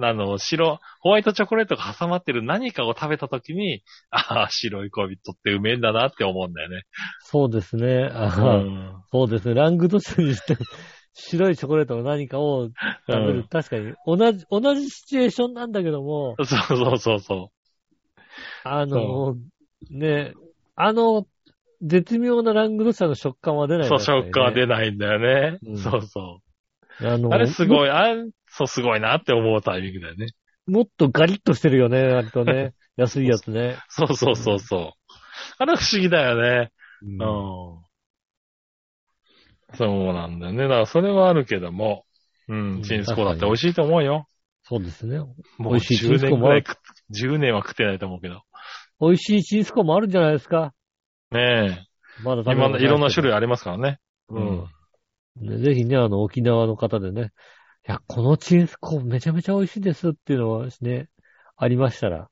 あの、白、ホワイトチョコレートが挟まってる何かを食べた時に、ああ、白い恋人ってうめえんだなって思うんだよね。
そうですね。あ
う
ー
ん。
そうですね。ラングドシャにして、白いチョコレートの何かを食べる。
うん
確かに、同じ、同じシチュエーションなんだけども、
そうそうそうそ
あの、ね、あの、絶妙なラングドシャの食感は出
う。
ない、
そう、食感は出
な
ないんだよね。
うん
そうそ
い。あ
う。
の、
あれす
も
ごい、あれ、そうすごいなって思うタイミングだよね。
もっとガリッとしてるよね、割と ね。安いやつね。
そうそうそうそう。あれ不思議だよね。
うん
うん。そうなんだよね。だからそれはあるけども、うん、チンスコだって美味しいと思うよ。
そうですね。
もう
美味しいチン
10
スコ
年
も
ぐ
あ
ら
る
い食っ、10年は食ってないと思うけど。
美味しいチンスコもあるんじゃないですか。
ね
まだ
え。
食べ
今のいろんな
類。
種類ありますからね。うん。
ねぜひね、あの、沖縄の方でね、いや、このチンスコめちゃめちゃ美味しいですっていうのはね、ありましたら、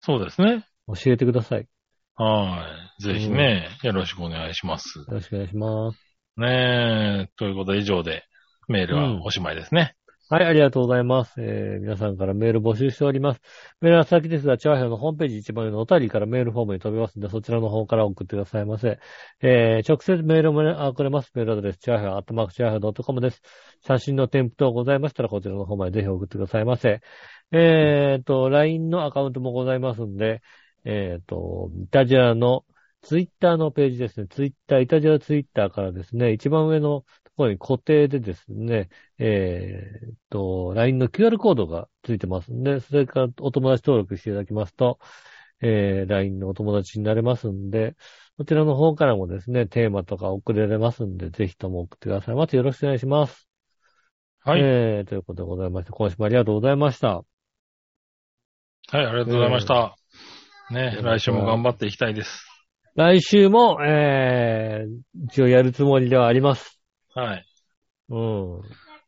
そうですね。
教えてください。
はい。ぜひね、よろしくお願いします。
よろしくお願いします。
ねえ。ということで以上で、メールはおしまいですね。
はい、ありがとうございます。えー、皆さんからメール募集しております。メールは先ですが、チワヘオのホームページ一番上のお便りからメールフォームに飛びますので、そちらの方から送ってくださいませ。えー、直接メールもね、あ、くれます。メールアドレス、チワヘオ、アットマークチワヘオ .com です。写真の添付等ございましたら、こちらの方までぜひ送ってくださいませ。えーと、LINE のアカウントもございますんで、えーと、イタジアのツイッターのページですね。ツイッター、イタジアツイッターからですね、一番上のところに固定でですね、えー、えっと、LINE の QR コードがついてますんで、それからお友達登録していただきますと、えー、LINE のお友達になれますんで、こちらの方からもですね、テーマとか送れれますんで、ぜひとも送ってください。またよろしくお願いします。
はい。はい、
えー、ということでございまして、今週もありがとうございました。
ありがとうございました。ね
う
え、
ん
来週も頑張っていきたいです。
来週も、えー、一応やるつもりではあります。
はい。
うん。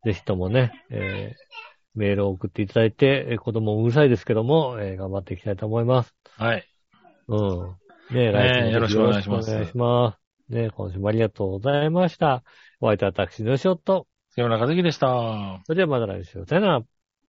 ぜひともね、えー、メールを送っていただいて、えー子供もうるさいですけども、えー、頑張っていきたいと思います。
はい。
うん。ねえ、
ねえ
来週も
よろしくお願いします
よろくお願いしますねえ、今週もありがとうございました。お相手は私、のしおと。
杉村和樹でした。
それではまた来週。さよなら。